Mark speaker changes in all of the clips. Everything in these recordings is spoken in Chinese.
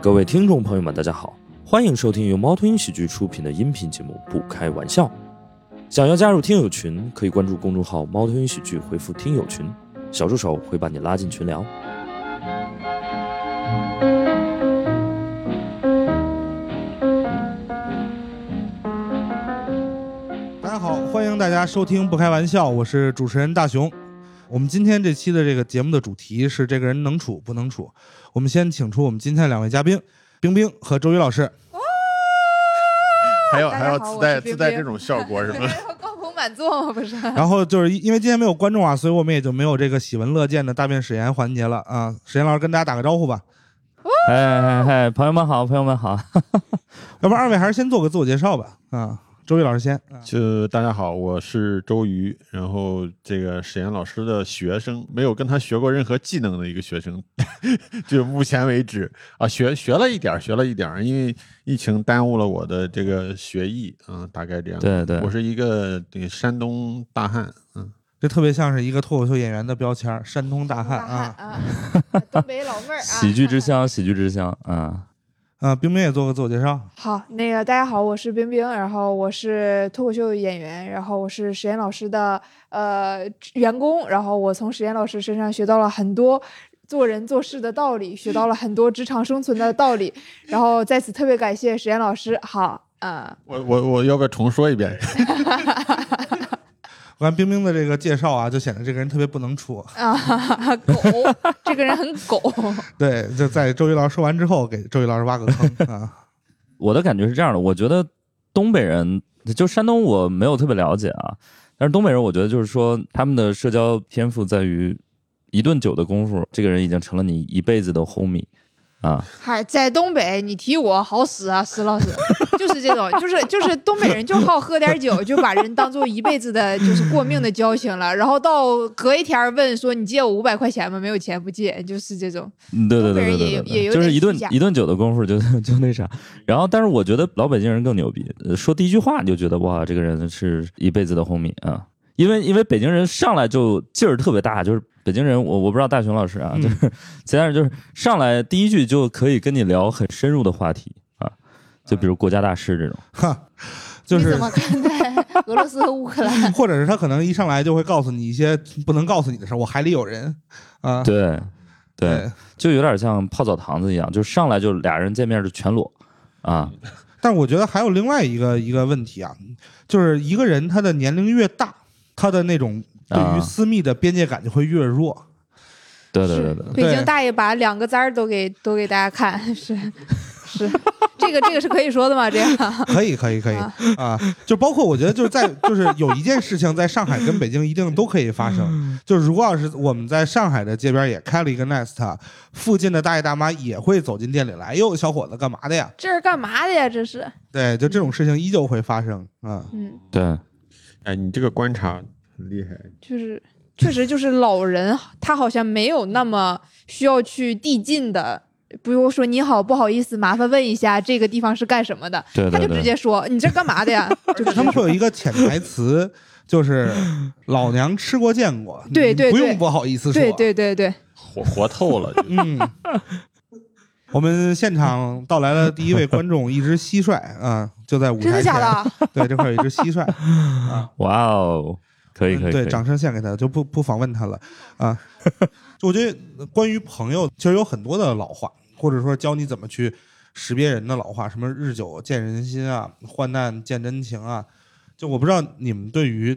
Speaker 1: 各位听众朋友们，大家好，欢迎收听由猫头鹰喜剧出品的音频节目《不开玩笑》。想要加入听友群，可以关注公众号“猫头鹰喜剧”，回复“听友群”，小助手会把你拉进群聊。
Speaker 2: 大家好，欢迎大家收听《不开玩笑》，我是主持人大熊。我们今天这期的这个节目的主题是这个人能处不能处。我们先请出我们今天的两位嘉宾，冰冰和周宇老师。
Speaker 3: 还要
Speaker 4: 大
Speaker 3: 还
Speaker 4: 家
Speaker 3: 要
Speaker 4: 好
Speaker 3: 自
Speaker 4: 我
Speaker 3: 带
Speaker 4: 是冰
Speaker 3: 自带
Speaker 4: 冰
Speaker 3: 这种效果是吗？
Speaker 4: 高朋满座吗？不是，
Speaker 2: 然后就是因因为今天没有观众啊，所以我们也就没有这个喜闻乐见的大便史言环节了啊。史言老师跟大家打个招呼吧，
Speaker 5: 哎哎哎，朋友们好，朋友们好，
Speaker 2: 要不然二位还是先做个自我介绍吧啊。周宇老师先，啊
Speaker 3: 就大家好，我是周瑜，然后这个史岩老师的学生，没有跟他学过任何技能的一个学生， 就目前为止啊，学学了一点儿，学了一点儿，因为疫情耽误了我的这个学艺，嗯，大概这样。
Speaker 5: 对对
Speaker 3: 我是一个对山东大汉，嗯，
Speaker 2: 这特别像是一个脱口秀演员的标签儿，山东 大汉啊。
Speaker 4: 啊，东北老 妹儿啊，
Speaker 5: 喜剧之乡，喜剧之乡啊，
Speaker 2: 啊，冰冰也做个自我介绍。
Speaker 4: 好，那个大家好，我是冰冰，然后我是脱口秀演员，然后我是实验老师的呃员工，然后我从实验老师身上学到了很多做人做事的道理，学到了很多职场生存的道 理，然后在此特别感谢实验老师，好啊，
Speaker 3: 我我我要不要重说一遍？
Speaker 2: 我看冰冰的这个介绍啊，就显得这个人特别不能处。
Speaker 4: 啊， 狗， 这个人很狗，
Speaker 2: 对，就 在周瑜老师说完之后，给周瑜老师挖个坑啊。
Speaker 5: 我的感觉是这样的，我觉得东北人，就山东我没有特别了解啊，但是东北人，我觉得就是说他们的社交天赋在于一顿酒的功夫，这个人已经成了你一辈子的 homie 啊，
Speaker 4: 嗨，在东北，你提我好使啊，石老师， 就是这种，就是就是东北人就好喝点酒，就把人当做一辈子的就是过命的交情了。然后到隔一天问说你借我五百块钱吗？没有钱不借，就是这种。
Speaker 5: 嗯对对
Speaker 4: 东北
Speaker 5: 对
Speaker 4: 人
Speaker 5: 对
Speaker 4: 也有
Speaker 5: 对
Speaker 4: 也
Speaker 5: 对，
Speaker 4: 有
Speaker 5: 就是
Speaker 4: 点
Speaker 5: 一顿
Speaker 4: 虚假
Speaker 5: 一顿酒的功夫就 就那啥，然后但是我觉得老北京人更牛逼，呃说第一句话你就觉得哇，这个人是一辈子的 homie 啊，因为因为北京人上来就劲儿特别大，就是北京人我我不知道大熊老师啊，
Speaker 2: 嗯
Speaker 5: 就是 其他人就是上来第一句就可以跟你聊很深入的话题啊，就比如国家大事这种，
Speaker 2: 哈，就是，
Speaker 4: 看 待俄罗斯和乌克兰？
Speaker 2: 或者是他可能一上来就会告诉你一些不能告诉你的事儿，我海里有人啊。
Speaker 5: 对对，
Speaker 2: 对，
Speaker 5: 就有点像泡澡堂子一样，就上来就俩人见面就全裸啊，
Speaker 2: 但我觉得还有另外一个一个问题啊，就是一个人他的年龄越大，他的那种对于
Speaker 5: 啊
Speaker 2: 私密的边界感就会越弱。
Speaker 5: 对对对对。
Speaker 4: 北
Speaker 2: 对
Speaker 4: 京大爷把两个字儿都给都给大家看，是是，这个这个是可以说的吗？这样
Speaker 2: 可以，可以，可以
Speaker 4: 啊
Speaker 2: 啊！就包括我觉得，就是在就是有一件事情，在上海跟北京一定都可以发生。就是如果要是我们在上海的街边也开了一个 Nest，附近的大爷大妈也会走进店里来，哟，小伙子干嘛的呀？
Speaker 4: 这是干嘛的呀？这是，
Speaker 2: 对，就这种事情依旧会发生啊。
Speaker 4: 嗯，
Speaker 5: 对
Speaker 3: 哎，你这个观察很厉害，
Speaker 4: 就是确实就是老人，他好像没有那么需要去递进的，不用说你好不好意思，麻烦问一下这个地方是干什么的，
Speaker 5: 对对
Speaker 4: 他
Speaker 5: 对，
Speaker 4: 就直接说你这干嘛的呀？就
Speaker 2: 就是他们会有一个潜台词，就是老娘吃过见过，
Speaker 4: 对对
Speaker 2: 你不
Speaker 4: 对
Speaker 2: 用不好意思说。
Speaker 4: 对对对对，
Speaker 3: 活活透了，就
Speaker 2: 嗯，我们现场到来了第一位观众，一只蟋蟀啊，就在舞台
Speaker 4: 真的啊假
Speaker 2: 前？
Speaker 4: 的？
Speaker 2: 对，这块有一只蟋蟀。
Speaker 5: 哇哦，可以
Speaker 2: 嗯
Speaker 5: 可以，
Speaker 2: 对，
Speaker 5: 可以
Speaker 2: 掌声献给他，就不不访问他了啊。 就我觉得关于朋友，其实有很多的老话，或者说教你怎么去识别人的老话，什么日久见人心啊，患难见真情啊。就我不知道你们对于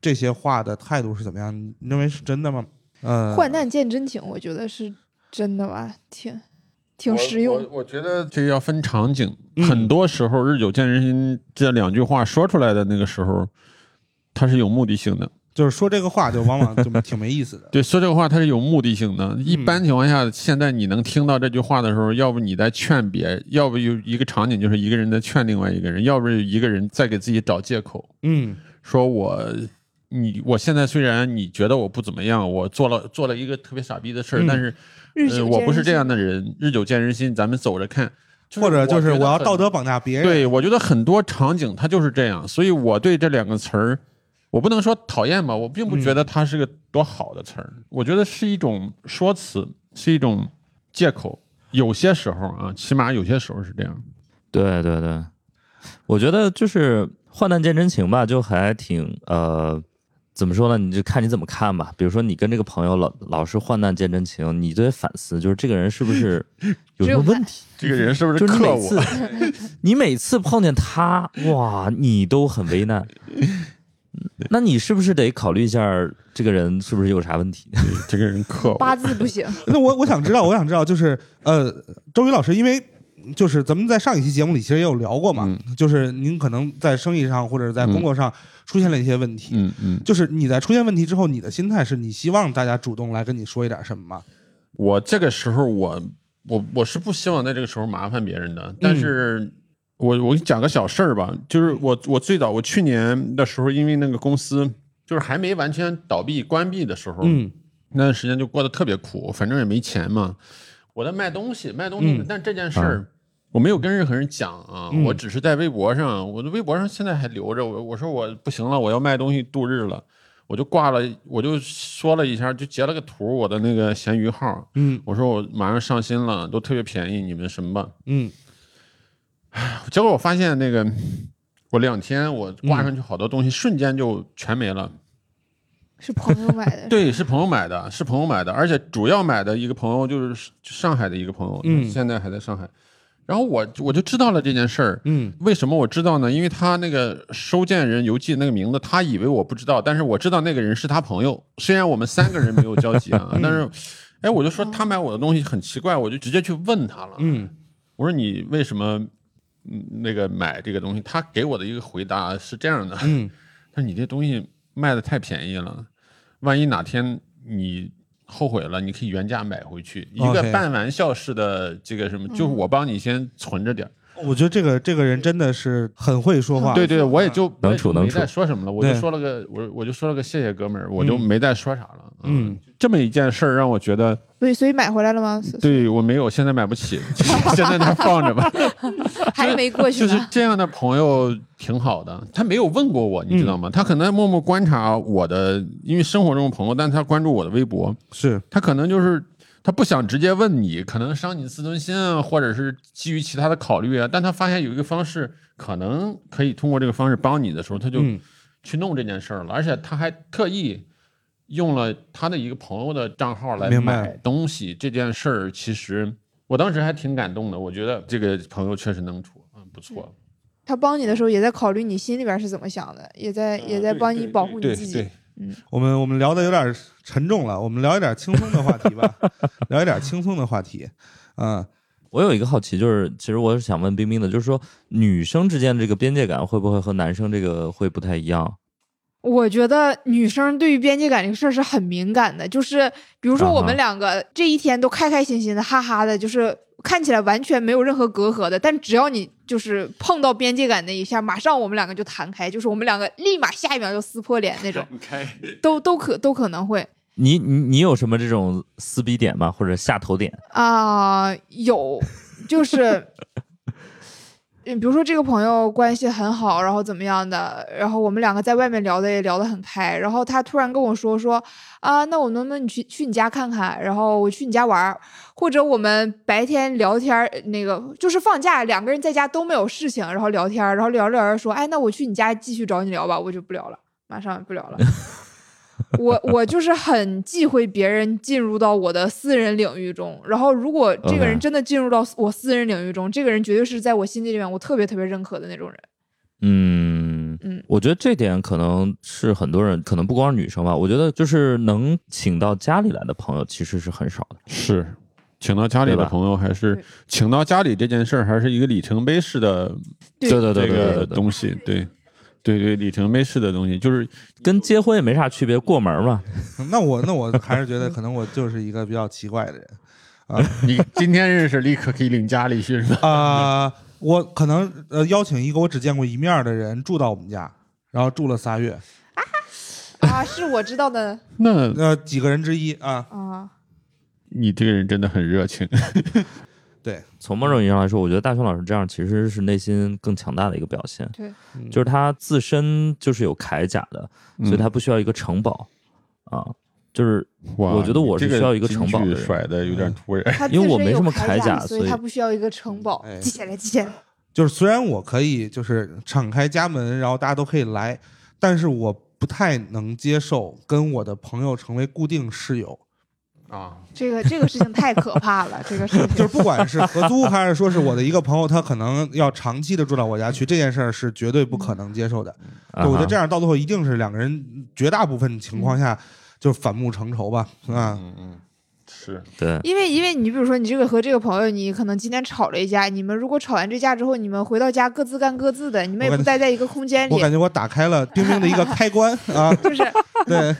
Speaker 2: 这些话的态度是怎么样，你认为是真的吗？呃，
Speaker 4: 患难见真情，我觉得是真的吧，挺挺实
Speaker 3: 我
Speaker 4: 用。
Speaker 3: 我我觉得这个要分场景，
Speaker 2: 嗯
Speaker 3: 很多时候“日久见人心”这两句话说出来的那个时候，它是有目的性的。
Speaker 2: 就是说这个话就往往就挺没意思 的。
Speaker 3: 对，说这个话它是有目的性的。一
Speaker 2: 嗯
Speaker 3: 般情况下，现在你能听到这句话的时候，要不你在劝别，要不有一个场景就是一个人在劝另外一个人，要不是一个人在给自己找借口，
Speaker 2: 嗯，
Speaker 3: 说我。你我现在虽然你觉得我不怎么样，我做了做了一个特别傻逼的事儿，
Speaker 2: 嗯
Speaker 3: 但是、
Speaker 4: 日
Speaker 3: 呃、
Speaker 4: 久
Speaker 3: 我
Speaker 4: 见
Speaker 3: 不是
Speaker 4: 人
Speaker 3: 这
Speaker 4: 心
Speaker 3: 样的人，日久见人心，咱们走着看。
Speaker 2: 或者就是
Speaker 3: 觉
Speaker 2: 我
Speaker 3: 得
Speaker 2: 要
Speaker 3: 很
Speaker 2: 道德绑架别人。
Speaker 3: 对，我觉得很多场景它就是这样，所以我对这两个词儿，我不能说讨厌吧，我并不觉得它是个多好的词儿，我觉得是一种说辞，是一种借口。有些时候啊，起码有些时候是这样。
Speaker 5: 对对对，我觉得就是患难见真情吧，就还挺呃，怎么说呢？你就看你怎么看吧。比如说，你跟这个朋友老老是患难见真情，你就得反思，就是这个人是不是有什么问题？
Speaker 3: 这个人是不
Speaker 5: 就是你
Speaker 3: 克
Speaker 5: 每
Speaker 3: 我？
Speaker 5: 次 你每次碰见他，哇，你都很为难。那你是不是得考虑一下这个人是不是有啥问题？
Speaker 3: 这个人克我
Speaker 4: 八。字不行，
Speaker 2: 那我我想知道，我想知道，就是呃，周宇老师，因为就是咱们在上一期节目里其实也有聊过嘛，
Speaker 3: 嗯
Speaker 2: 就是您可能在生意上或者在工作上出现了一些问题，
Speaker 3: 嗯嗯，
Speaker 2: 就是你在出现问题之后，你的心态是你希望大家主动来跟你说一点什么吗？
Speaker 3: 我这个时候我我我是不希望在这个时候麻烦别人的，但
Speaker 2: 嗯
Speaker 3: 是我我给你讲个小事儿吧，就是我我最早我去年的时候，因为那个公司就是还没完全倒闭关闭的时候，
Speaker 2: 嗯
Speaker 3: 那段时间就过得特别苦，反正也没钱嘛。我在卖东西，卖东西，
Speaker 2: 嗯
Speaker 3: 但这件事儿、我没有跟任何人讲啊，
Speaker 2: 嗯
Speaker 3: 我只是在微博上，我的微博上现在还留着。我我说我不行了，我要卖东西度日了，我就挂了，我就说了一下，就截了个图我的那个闲鱼号，
Speaker 2: 嗯
Speaker 3: 我说我马上上新了，都特别便宜，你们什么吧？
Speaker 2: 嗯
Speaker 3: 结果我发现那个，我两天我挂上去好多东西，瞬间就全没了。
Speaker 4: 是朋友买的。
Speaker 3: 对，是朋友买的，是朋友买的，而且主要买的一个朋友就是上海的一个朋友，
Speaker 2: 嗯
Speaker 3: 现在还在上海。然后我我就知道了这件事儿，
Speaker 2: 嗯
Speaker 3: 为什么我知道呢？因为他那个收件人邮寄那个名字，他以为我不知道，但是我知道那个人是他朋友。虽然我们三个人没有交集啊，
Speaker 2: 嗯
Speaker 3: 但
Speaker 4: 嗯
Speaker 3: 是，哎，我就
Speaker 4: 哦
Speaker 3: 说他买我的东西很奇怪，我就直接去问他了。
Speaker 2: 嗯
Speaker 3: 我说你为什么嗯那个买这个东西？他给我的一个回答是这样的，
Speaker 2: 嗯
Speaker 3: 他说你这东西卖的太便宜了，万一哪天你后悔了，你可以原价买回去。一个
Speaker 2: OK
Speaker 3: 半玩笑式的这个什么，就是我帮你先存着点儿。
Speaker 2: 我觉得这个这个人真的是很会说话，
Speaker 3: 对对，我也就我
Speaker 5: 能
Speaker 3: 也
Speaker 5: 处
Speaker 3: 就
Speaker 5: 能
Speaker 3: 没再
Speaker 5: 处
Speaker 3: 说什么了，我就
Speaker 2: 对
Speaker 3: 说了个我我就说了个谢谢哥们儿，我就
Speaker 2: 嗯
Speaker 3: 没再说啥了。啊
Speaker 2: 嗯，
Speaker 3: 这么一件事儿让我觉得，
Speaker 4: 所以所以买回来了吗？
Speaker 3: 对我没有，现在买不起， 现在那放着吧。
Speaker 4: 还没过去
Speaker 3: 就
Speaker 4: 呢。
Speaker 3: 是这样的朋友挺好的，他没有问过我，你知道
Speaker 2: 嗯
Speaker 3: 吗？他可能默默观察我的，因为生活中的朋友，但他关注我的微博，
Speaker 2: 是
Speaker 3: 他可能就是他不想直接问你，可能伤你自尊心啊，或者是基于其他的考虑啊。但他发现有一个方式，可能可以通过这个方式帮你的时候，他就
Speaker 2: 嗯
Speaker 3: 去弄这件事儿了，而且他还特意。用了他的一个朋友的账号来
Speaker 2: 明白
Speaker 3: 买东西，这件事儿其实我当时还挺感动的。我觉得这个朋友确实能处，嗯，不错。
Speaker 4: 他帮你的时候，也在考虑你心里边是怎么想的，也在也在帮你保护你自
Speaker 3: 呃对
Speaker 4: 己
Speaker 3: 对。
Speaker 2: 我们我们聊的有点沉重了，我们聊一点轻松的话题 吧，聊一点轻松的话题，嗯。
Speaker 5: 我有一个好奇，就是其实我是想问冰冰的，就是说女生之间的这个边界感会不会和男生这个会不太一样？
Speaker 4: 我觉得女生对于边界感这个事儿是很敏感的，就是比如说我
Speaker 5: 啊哈
Speaker 4: 们两个这一天都开开心心的，哈哈的，就是看起来完全没有任何隔阂的，但只要你就是碰到边界感那一下，马上我们两个就弹开，就是我们两个立马下一秒就撕破脸那种， 都都可都可能会。
Speaker 5: 你你你有什么这种撕逼点吗？或者下头点？
Speaker 4: 啊、有，就是， 嗯，比如说这个朋友关系很好，然后怎么样的，然后我们两个在外面聊的也聊得很开，然后他突然跟我说说啊，那我能不能你去去你家看看，然后我去你家玩儿，或者我们白天聊天儿，那个就是放假两个人在家都没有事情，然后聊天儿，然后聊着聊着说，哎，那我去你家继续找你聊吧，我就不聊了，马上不聊了。我我就是很忌讳别人进入到我的私人领域中，然后如果这个人
Speaker 5: OK
Speaker 4: 真的进入到我私人领域中，这个人绝对是在我心底里面我特别特别认可的那种人。
Speaker 5: 嗯
Speaker 4: 嗯
Speaker 5: 我觉得这点可能是很多人，可能不光是女生吧。我觉得就是能请到家里来的朋友其实是很少的。
Speaker 3: 是，请到家里
Speaker 5: 对
Speaker 3: 的
Speaker 5: 吧
Speaker 3: 朋友还是
Speaker 4: 对
Speaker 3: 请到家里这件事儿，还是一个里程碑式的
Speaker 4: 对
Speaker 5: 对
Speaker 3: 这
Speaker 5: 对对
Speaker 3: 个
Speaker 5: 对对，
Speaker 3: 东西，对。对对，里程碑式的东西就是
Speaker 4: 嗯
Speaker 5: 跟结婚也没啥区别，过门嘛。
Speaker 2: 那我那我还是觉得，可能我就是一个比较奇怪的人
Speaker 3: 你今天认识，立刻可以领家里去，是吧？
Speaker 2: 啊、我可能呃邀请一个我只见过一面的人住到我们家，然后住了仨月，
Speaker 4: 啊，是我知道的
Speaker 3: 那
Speaker 2: 呃几个人之一啊，
Speaker 4: 啊，
Speaker 3: 你这个人真的很热情，
Speaker 2: 对，
Speaker 5: 从某种意义上来说，我觉得大雄老师这样其实是内心更强大的一个表现，
Speaker 4: 对，
Speaker 2: 嗯
Speaker 4: 嗯
Speaker 5: 就是他自身就是有铠甲的，所以他不需要一个城堡啊。就是
Speaker 3: 哇，
Speaker 5: 我觉得我
Speaker 3: 你
Speaker 5: 是
Speaker 3: 这
Speaker 5: 需要一个城堡
Speaker 3: 金
Speaker 5: 的
Speaker 3: 句
Speaker 5: 人嗯
Speaker 3: 甩的有点突然。
Speaker 4: 他
Speaker 5: 因为
Speaker 4: 自
Speaker 5: 我
Speaker 4: 身
Speaker 5: 没
Speaker 4: 有
Speaker 5: 什么铠
Speaker 4: 铠
Speaker 5: 甲
Speaker 4: 所
Speaker 5: 所以
Speaker 4: 他不需要一个城堡
Speaker 2: 哎。
Speaker 4: 记起来，记起来。
Speaker 2: 就是虽然我可以就是敞开家门，然后大家都可以来，但是我不太能接受跟我的朋友成为固定室友，
Speaker 3: 啊，
Speaker 4: 这个这个事情太可怕了，这个事情
Speaker 2: 就是不管是合租还是说是我的一个朋友，他可能要长期的住到我家去，这件事儿是绝对不可能接受的。
Speaker 5: 啊
Speaker 2: 对我觉得
Speaker 5: 哈嗯
Speaker 2: 这样到最后一定是两个人绝大部分情况下就反目成仇吧，啊，
Speaker 3: 嗯嗯，是
Speaker 5: 对，
Speaker 4: 因为因为你比如说你这个和这个朋友，你可能今天吵了一架，你们如果吵完这架之后，你们回到家各自干各自的，你们
Speaker 2: 我
Speaker 4: 也
Speaker 2: 感
Speaker 4: 不
Speaker 2: 觉
Speaker 4: 待在一个空间
Speaker 2: 我
Speaker 4: 里，
Speaker 2: 感觉我打开了冰冰的一个开 关啊，
Speaker 4: 就是
Speaker 2: 对，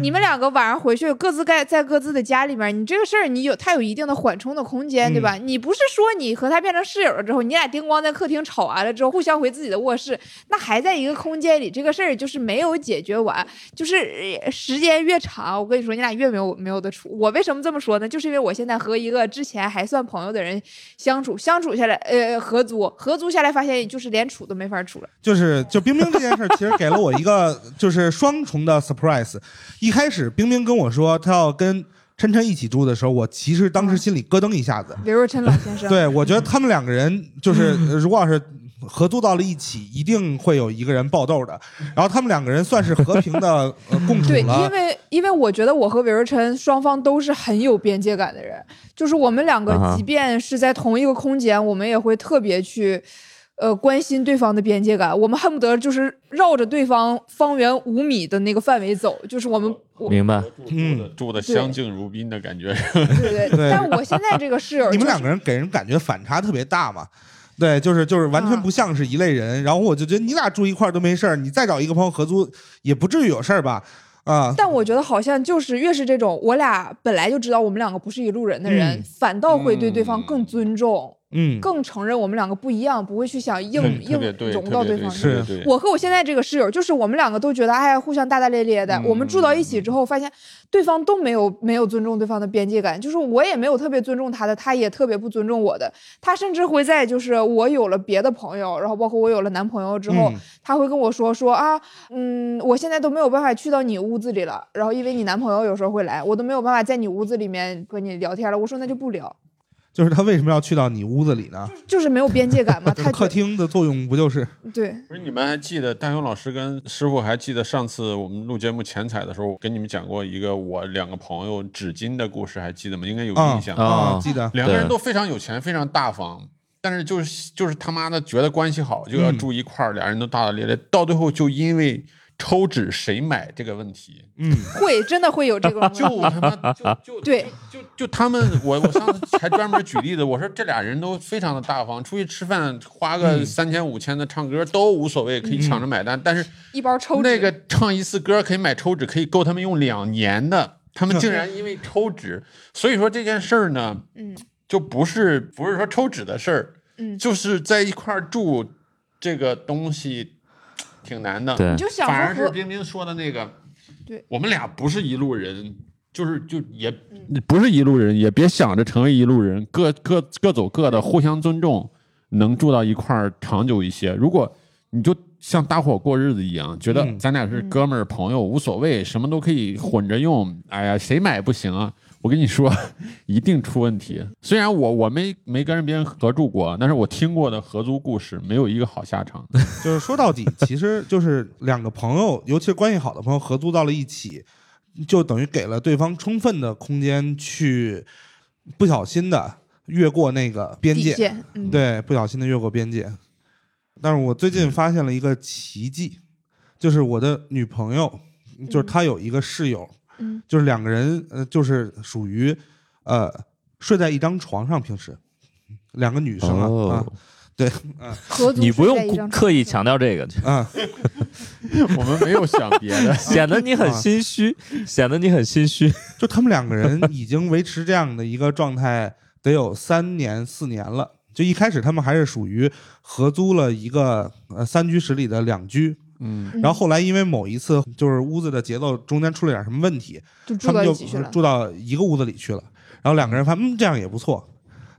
Speaker 4: 你们两个晚上回去各自在在各自的家里面，你这个事儿你有它有一定的缓冲的空间，对吧？你不是说你和他变成室友了之后，你俩叮咣在客厅吵完了之后，互相回自己的卧室，那还在一个空间里，这个事儿就是没有解决完，就是呃时间越长，我跟你说，你俩越没有没有的处。我为什么这么说呢？就是因为我现在和一个之前还算朋友的人相处，相处下来，呃，合租，合租下来发现就是连处都没法处了。
Speaker 2: 就是就冰冰这件事儿，其实给了我一个就是双重的 surprise。一开始冰冰跟我说她要跟琛琛一起住的时候，我其实当时心里咯噔一下子。
Speaker 4: 刘若琛老先生，
Speaker 2: 对，我觉得他们两个人就是
Speaker 4: 嗯
Speaker 2: 呃如果要是合租到了一起，一定会有一个人爆痘的。然后他们两个人算是和平的、呃、共处
Speaker 4: 对，因
Speaker 2: 了。
Speaker 4: 为因为我觉得我和韦若琛双方都是很有边界感的人，就是我们两个
Speaker 5: 啊哈
Speaker 4: 即便是在同一个空间，我们也会特别去。呃，关心对方的边界感，我们恨不得就是绕着对方方圆五米的那个范围走，就是我们我
Speaker 5: 明白。
Speaker 2: 嗯，
Speaker 3: 住的
Speaker 4: 对
Speaker 3: 相敬如宾的感觉。
Speaker 4: 对对
Speaker 2: 对
Speaker 4: 但我现在这个室友、就
Speaker 2: 你
Speaker 4: 是，
Speaker 2: 们两个人给人感觉反差特别大嘛。对，就是就是完全
Speaker 4: 啊
Speaker 2: 不像是一类人，然后我就觉得你俩住一块儿都没事儿，你再找一个朋友合租也不至于有事儿吧？啊，
Speaker 4: 但我觉得好像就是越是这种我俩本来就知道我们两个不是一路人的人，
Speaker 2: 嗯
Speaker 4: 反倒会对对方更尊重，
Speaker 2: 嗯，
Speaker 4: 更承认我们两个不一样，不会去想硬
Speaker 3: 对特
Speaker 4: 硬
Speaker 3: 别对，
Speaker 4: 融
Speaker 3: 特
Speaker 4: 到
Speaker 3: 别
Speaker 4: 对
Speaker 3: 对，
Speaker 4: 方里。
Speaker 2: 是
Speaker 3: 特别对
Speaker 4: 我和我现在这个室友，就是我们两个都觉得，哎，互相大大咧咧的。
Speaker 3: 嗯
Speaker 4: 我们住到一起之后，发现对方都没有没有尊重对方的边界感，就是我也没有特别尊重他的，他也特别不尊重我的。他甚至会在就是我有了别的朋友，然后包括我有了男朋友之后，
Speaker 2: 嗯
Speaker 4: 他会跟我说说啊，嗯，我现在都没有办法去到你屋子里了，然后因为你男朋友有时候会来，我都没有办法在你屋子里面和你聊天了。我说那就不聊，
Speaker 2: 就是他为什么要去到你屋子里呢？
Speaker 4: 就是没有边 界感嘛。
Speaker 2: 就
Speaker 4: 他
Speaker 2: 是
Speaker 4: 觉
Speaker 2: 客厅的作用不就是？
Speaker 4: 对，
Speaker 3: 不是你们还记得大勇老师跟师傅还记得上次我们录节目前彩的时候，我跟你们讲过一个我两个朋友纸巾的故事，还记得吗？应该有印象。
Speaker 5: 啊
Speaker 2: 啊，记得，
Speaker 3: 两个人
Speaker 5: 对
Speaker 3: 都非常有钱，非常大方，但是就是就是他妈的觉得关系好就要住一块儿，俩人都大大咧咧，到最后就因为抽纸谁买这个问题，
Speaker 2: 嗯，
Speaker 4: 会真的会有这个问题。
Speaker 3: 就他妈就就
Speaker 4: 对
Speaker 3: 就就就他们，我我上次还专门举例子，我说这俩人都非常的大方，出去吃饭花个三千五千的唱歌都无所谓，可以抢着买单，但是
Speaker 4: 一包抽
Speaker 3: 那
Speaker 4: 纸
Speaker 3: 个唱一次歌可以买抽纸，可以够他们用两年的，他们竟然因为抽纸，所以说这件事儿呢，
Speaker 4: 嗯，
Speaker 3: 就不是不是说抽纸的事儿，
Speaker 4: 嗯
Speaker 3: 就是在一块儿住这个东西挺难的，
Speaker 5: 对
Speaker 4: 你就想
Speaker 3: 反而
Speaker 4: 说
Speaker 3: 是
Speaker 4: 和
Speaker 3: 冰冰说的那个，
Speaker 4: 对，
Speaker 3: 我们俩不是一路人，就是就也
Speaker 4: 嗯
Speaker 3: 不是一路人，也别想着成为一路人，各各各走各的，互相尊重，能住到一块儿长久一些。如果你就像搭伙过日子一样，觉得
Speaker 2: 嗯
Speaker 3: 咱俩是哥们儿朋友，无所谓，什么都可以混着用。哎呀，谁买不行啊？我跟你说， 一定出问题。虽然我我没没跟别人合住过，但是我听过的合租故事没有一个好下场。
Speaker 2: 就是说到底，其实就是两个朋友，尤其是关系好的朋友，合租到了一起，就等于给了对方充分的空间去不小心的越过那个边
Speaker 4: 底
Speaker 2: 界，
Speaker 4: 线，嗯，
Speaker 2: 对，不小心的越过边界。但是我最近发现了一个奇迹，就是我的女朋友，就是她有一个室友，
Speaker 4: 嗯
Speaker 2: 就是两个人，呃，就是属于呃睡在一张床上，平时两个女生啊、
Speaker 5: 哦，
Speaker 4: 合租
Speaker 5: 你
Speaker 4: 是
Speaker 5: 不
Speaker 4: 在一
Speaker 5: 用
Speaker 4: 张
Speaker 5: 刻意
Speaker 4: 床
Speaker 5: 强调 这个，
Speaker 2: 啊啊，
Speaker 3: 我们没有想别的。
Speaker 5: 显得你很 心虚，显得你很心虚。
Speaker 2: 就他们两个人已经维持这样的一个状态得有三年四年了。就一开始他们还是属于合租了一个呃三居室里的两居，
Speaker 3: 嗯，
Speaker 4: 嗯
Speaker 2: 然后后来因为某一次就是屋子的节奏中间出了点什么问题，
Speaker 4: 就
Speaker 2: 他
Speaker 4: 住到
Speaker 2: 们
Speaker 4: 一
Speaker 2: 就
Speaker 4: 起去了。
Speaker 2: 住到一个屋子里去了。然后两个人发现嗯这样也不错，